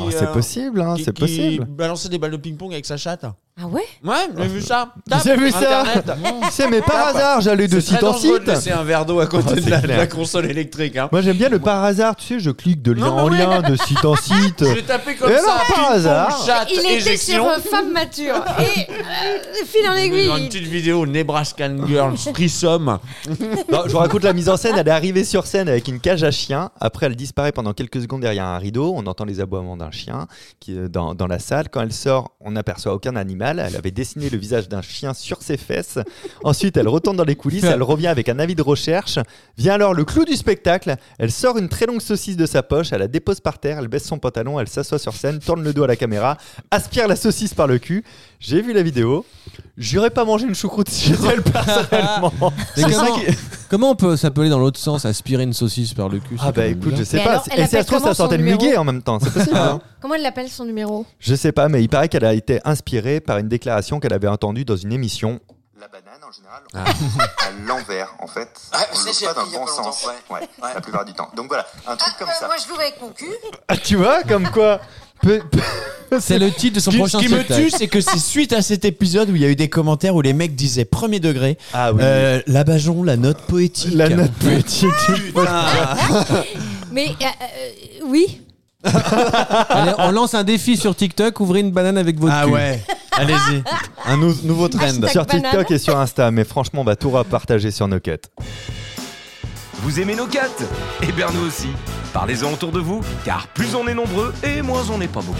Speaker 2: Oh, c'est possible, hein, c'est
Speaker 4: euh, Qui
Speaker 2: possible.
Speaker 4: balançait des balles de ping-pong avec sa chatte.
Speaker 5: Ah ouais
Speaker 4: Ouais, j'ai vu ça. Tape,
Speaker 2: J'ai vu ça.
Speaker 4: Internet.
Speaker 2: C'est mais par
Speaker 4: Ah, bah.
Speaker 2: hasard, j'allais de
Speaker 4: C'est
Speaker 2: site
Speaker 4: très
Speaker 2: en
Speaker 4: dangereux de
Speaker 2: site.
Speaker 4: laisser un verre d'eau à
Speaker 3: Oh,
Speaker 4: côté
Speaker 2: Ah,
Speaker 4: de,
Speaker 2: c'est
Speaker 4: la,
Speaker 2: clair.
Speaker 4: de la console électrique. Hein.
Speaker 2: Moi j'aime bien le par hasard, tu sais, je clique de lien
Speaker 4: Non, mais
Speaker 2: en
Speaker 4: ouais,
Speaker 2: lien, de site en site.
Speaker 4: Je l'ai tapé comme
Speaker 2: Et
Speaker 4: ça.
Speaker 2: alors, par
Speaker 4: ping-pong,
Speaker 2: hasard.
Speaker 4: chatte,
Speaker 5: Il était
Speaker 4: éjection.
Speaker 5: sur euh, Femme Mature. Et euh, fil en
Speaker 4: Dans une
Speaker 5: aiguille.
Speaker 4: petite vidéo Nebraskan Girls Threesome.
Speaker 2: Non, je vous raconte la mise en scène, elle est arrivée sur scène avec une cage à chiens, après elle disparaît pendant quelques secondes derrière un rideau, on entend les aboiements d'un chien qui est dans, dans la salle, quand elle sort on n'aperçoit aucun animal, elle avait dessiné le visage d'un chien sur ses fesses, ensuite elle retourne dans les coulisses, elle revient avec un avis de recherche, vient alors le clou du spectacle, elle sort une très longue saucisse de sa poche, elle la dépose par terre, elle baisse son pantalon, elle s'assoit sur scène, tourne le dos à la caméra, aspire la saucisse par le cul, j'ai vu la vidéo, j'aurais pas mangé une choucroute chez elle personnellement.
Speaker 3: Mais comment, comment on peut s'appeler dans l'autre sens aspirer une saucisse par le cul
Speaker 2: Ah
Speaker 3: c'est quand
Speaker 2: bah
Speaker 3: même
Speaker 2: écoute, je
Speaker 3: bizarre.
Speaker 2: sais
Speaker 5: Mais
Speaker 2: pas.
Speaker 5: alors, elle
Speaker 2: Et si ça se trouve,
Speaker 5: appelle
Speaker 2: ça sentait le
Speaker 5: comment son
Speaker 2: muguet
Speaker 5: numéro Ah.
Speaker 2: en même temps. C'est possible. hein
Speaker 5: Comment elle l'appelle son numéro
Speaker 2: je sais pas, mais il paraît qu'elle a été inspirée par une déclaration qu'elle avait entendue dans une émission.
Speaker 7: La banane, en général, on à l'envers, en fait.
Speaker 9: Ah,
Speaker 7: on
Speaker 9: ça,
Speaker 7: l'ouvre
Speaker 9: j'ai
Speaker 7: pas dans
Speaker 9: appris il y
Speaker 7: le
Speaker 9: a
Speaker 7: bon
Speaker 9: pas
Speaker 7: sens.
Speaker 9: longtemps, ouais.
Speaker 7: Ouais,
Speaker 9: Ouais.
Speaker 7: la plupart du temps. Donc voilà, un truc comme ça.
Speaker 5: je l'ouvre avec mon cul.
Speaker 2: Ah, tu vois, comme quoi. Peu- peu-
Speaker 3: C'est le titre de son
Speaker 4: Ce qui-
Speaker 3: prochain
Speaker 4: ce qui me
Speaker 3: spectacle.
Speaker 4: tue, c'est que c'est suite à cet épisode où il y a eu des commentaires où les mecs disaient premier degré,
Speaker 2: Ah oui.
Speaker 4: euh, l'abajon, la note poétique.
Speaker 2: La note poétique.
Speaker 4: Putain.
Speaker 5: Mais euh, euh, oui.
Speaker 3: Allez, Ah, on lance un défi sur TikTok, ouvrez une banane avec votre
Speaker 4: Ah
Speaker 3: cul.
Speaker 4: ouais, allez-y. Un nou-
Speaker 5: Ah,
Speaker 4: nouveau trend.
Speaker 5: Hashtag
Speaker 2: sur
Speaker 5: banane.
Speaker 2: TikTok et sur Insta, mais franchement, on va tout repartager sur nos cuts.
Speaker 6: Vous aimez nos cuts Eh bien nous aussi. Parlez-en autour de vous, car plus on est nombreux et moins on n'est pas beaucoup.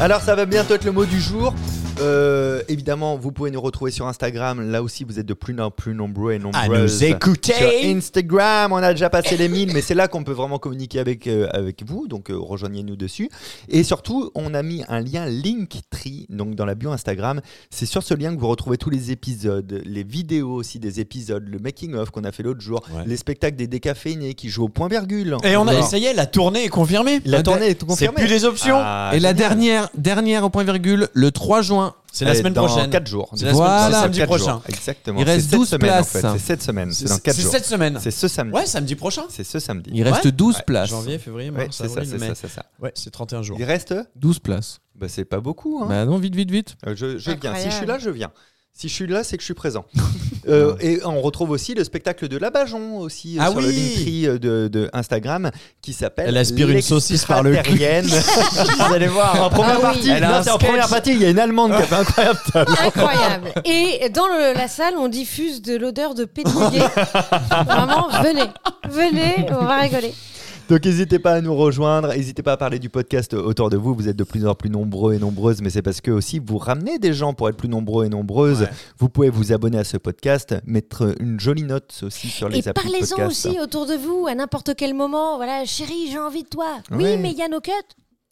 Speaker 2: Alors ça va bientôt être le mot du jour. Euh, évidemment, vous pouvez nous retrouver sur Instagram. Là aussi, vous êtes de plus en plus nombreux et
Speaker 5: Ah,
Speaker 4: À
Speaker 2: nombreuses. Sur
Speaker 4: nous écouter.
Speaker 2: Instagram, on a déjà passé les 1000, mais c'est là qu'on peut vraiment communiquer avec, euh, avec vous, donc euh, rejoignez-nous dessus. Et surtout, on a mis un lien Linktree, donc dans la bio Instagram. C'est sur ce lien que vous retrouvez tous les épisodes, les vidéos aussi des épisodes, le making-of qu'on a fait l'autre jour,
Speaker 4: Ouais.
Speaker 2: les spectacles des décaféinés qui jouent au point-virgule.
Speaker 4: Et on a,
Speaker 2: Alors,
Speaker 4: ça y est, la tournée est confirmée.
Speaker 2: La tournée est
Speaker 4: C'est
Speaker 2: confirmée.
Speaker 4: plus les options.
Speaker 2: Ah,
Speaker 3: Et la
Speaker 2: génial.
Speaker 3: dernière, dernière au point virgule, le 3 juin.
Speaker 4: C'est la
Speaker 2: Et
Speaker 4: semaine
Speaker 2: dans
Speaker 4: prochaine.
Speaker 2: 4 jours.
Speaker 4: C'est la
Speaker 3: Voilà.
Speaker 4: semaine, c'est
Speaker 2: Dans
Speaker 4: samedi
Speaker 2: quatre
Speaker 4: prochain.
Speaker 2: jours. Exactement.
Speaker 3: Il
Speaker 2: C'est
Speaker 3: reste
Speaker 2: cette
Speaker 3: 12
Speaker 2: semaine, en fait.
Speaker 3: places.
Speaker 2: C'est cette semaine. C'est
Speaker 4: C'est
Speaker 2: dans 4 jours.
Speaker 4: cette semaine.
Speaker 2: C'est ce samedi.
Speaker 4: Ouais, samedi prochain.
Speaker 2: C'est ce samedi.
Speaker 3: Il reste 12
Speaker 2: Ouais,
Speaker 3: places.
Speaker 4: Janvier, février,
Speaker 2: Ouais,
Speaker 4: mars,
Speaker 2: c'est ça,
Speaker 4: avril,
Speaker 2: c'est
Speaker 4: mai.
Speaker 2: ça, c'est ça.
Speaker 4: Ouais, c'est 31 jours.
Speaker 2: Il reste
Speaker 3: 12 places.
Speaker 2: Bah, c'est pas beaucoup. Hein.
Speaker 3: Bah non, vite, vite, vite.
Speaker 2: Euh, je je viens. Si
Speaker 5: Incroyable.
Speaker 2: je suis là, je viens. Si je suis là, c'est que je suis présent. Euh, et on retrouve aussi le spectacle de Labajon aussi euh,
Speaker 10: Ah
Speaker 2: sur
Speaker 10: oui
Speaker 2: le Linktree, euh, de, de Instagram qui s'appelle.
Speaker 10: Elle aspire une saucisse par le cul.
Speaker 2: l'extraterrienne. Vous allez voir. En première
Speaker 5: Ah oui.
Speaker 2: partie,
Speaker 10: Elle a
Speaker 2: non,
Speaker 10: un
Speaker 2: c'est en
Speaker 10: sketch.
Speaker 2: première partie, il y a une Allemande qui a fait un incroyable. taf.
Speaker 5: Incroyable. Et dans le- la salle, on diffuse de l'odeur de pétillé. Vraiment, venez. Venez, on va rigoler.
Speaker 2: Donc n'hésitez pas à nous rejoindre, n'hésitez pas à parler du podcast autour de vous. Vous êtes de plus en plus nombreux et nombreuses, mais c'est parce que aussi vous ramenez des gens pour être plus nombreux et nombreuses. Vous pouvez vous abonner à ce podcast, mettre une jolie note aussi sur les
Speaker 5: Et
Speaker 2: applis de
Speaker 5: parlez-en
Speaker 2: podcast.
Speaker 5: aussi autour de vous, à n'importe quel moment. Voilà, chérie, j'ai envie de toi. Oui,
Speaker 2: Ouais.
Speaker 5: mais il y a nos cuts.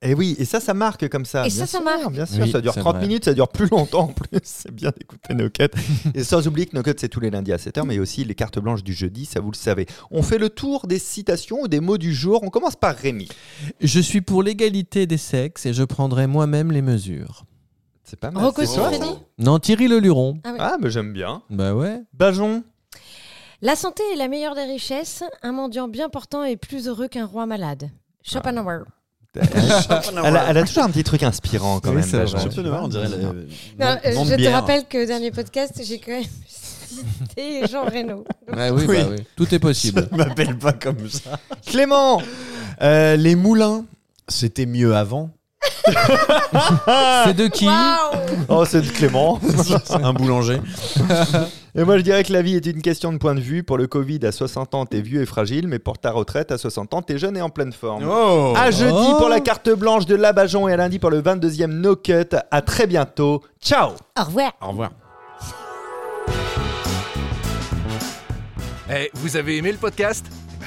Speaker 2: Et Eh oui, et ça, ça marque comme ça.
Speaker 5: Et
Speaker 2: bien
Speaker 5: ça, ça
Speaker 2: sûr,
Speaker 5: marque.
Speaker 2: Bien sûr,
Speaker 3: Oui,
Speaker 2: ça dure
Speaker 3: c'est
Speaker 2: 30
Speaker 3: vrai.
Speaker 2: minutes, ça dure plus longtemps en plus. C'est bien d'écouter nos cuts. et sans oublier que nos cuts, c'est tous les lundis à 7h, mais aussi les cartes blanches du jeudi, ça vous le savez. On fait le tour des citations ou des mots du jour. On commence par Rémi.
Speaker 3: Je suis pour l'égalité des sexes et je prendrai moi-même les mesures.
Speaker 2: C'est pas mal.
Speaker 5: Rocco
Speaker 2: Bah, c'est toi,
Speaker 5: Siffredi.
Speaker 2: ça
Speaker 3: Non, Thierry Leluron.
Speaker 2: Ah, mais j'aime bien.
Speaker 3: Bah ouais.
Speaker 2: Bajon.
Speaker 5: La santé est la meilleure des richesses. Un mendiant bien portant est plus heureux qu'un roi malade.
Speaker 2: Ah.
Speaker 5: Schopenhauer.
Speaker 2: Elle a, elle a toujours un petit truc inspirant quand
Speaker 3: Oui,
Speaker 2: même.
Speaker 3: c'est
Speaker 2: Bajon.
Speaker 3: vrai.
Speaker 10: on dirait le.
Speaker 5: Non, euh,
Speaker 10: nom de
Speaker 5: je te
Speaker 10: bière.
Speaker 5: rappelle que au dernier podcast, j'ai quand même cité Jean Reno.
Speaker 3: oui, bah oui. Tout est possible.
Speaker 4: Je m'appelle pas comme ça.
Speaker 2: Clément.
Speaker 4: Euh, les moulins, c'était mieux avant. Bah,
Speaker 3: C'est de qui
Speaker 2: Oh, c'est de Clément.
Speaker 4: Un boulanger.
Speaker 2: Et moi, je dirais que la vie est une question de point de vue. Pour le Covid, à 60 ans, t'es vieux et fragile, mais pour ta retraite, à 60 ans, t'es jeune et en pleine forme.
Speaker 4: Oh
Speaker 2: À jeudi
Speaker 3: Oh.
Speaker 2: pour la carte blanche de Labajon et à lundi pour le 22e No Cut. À très bientôt. Ciao
Speaker 5: Au revoir.
Speaker 10: Au revoir.
Speaker 6: Eh, vous avez aimé le podcast Eh ben,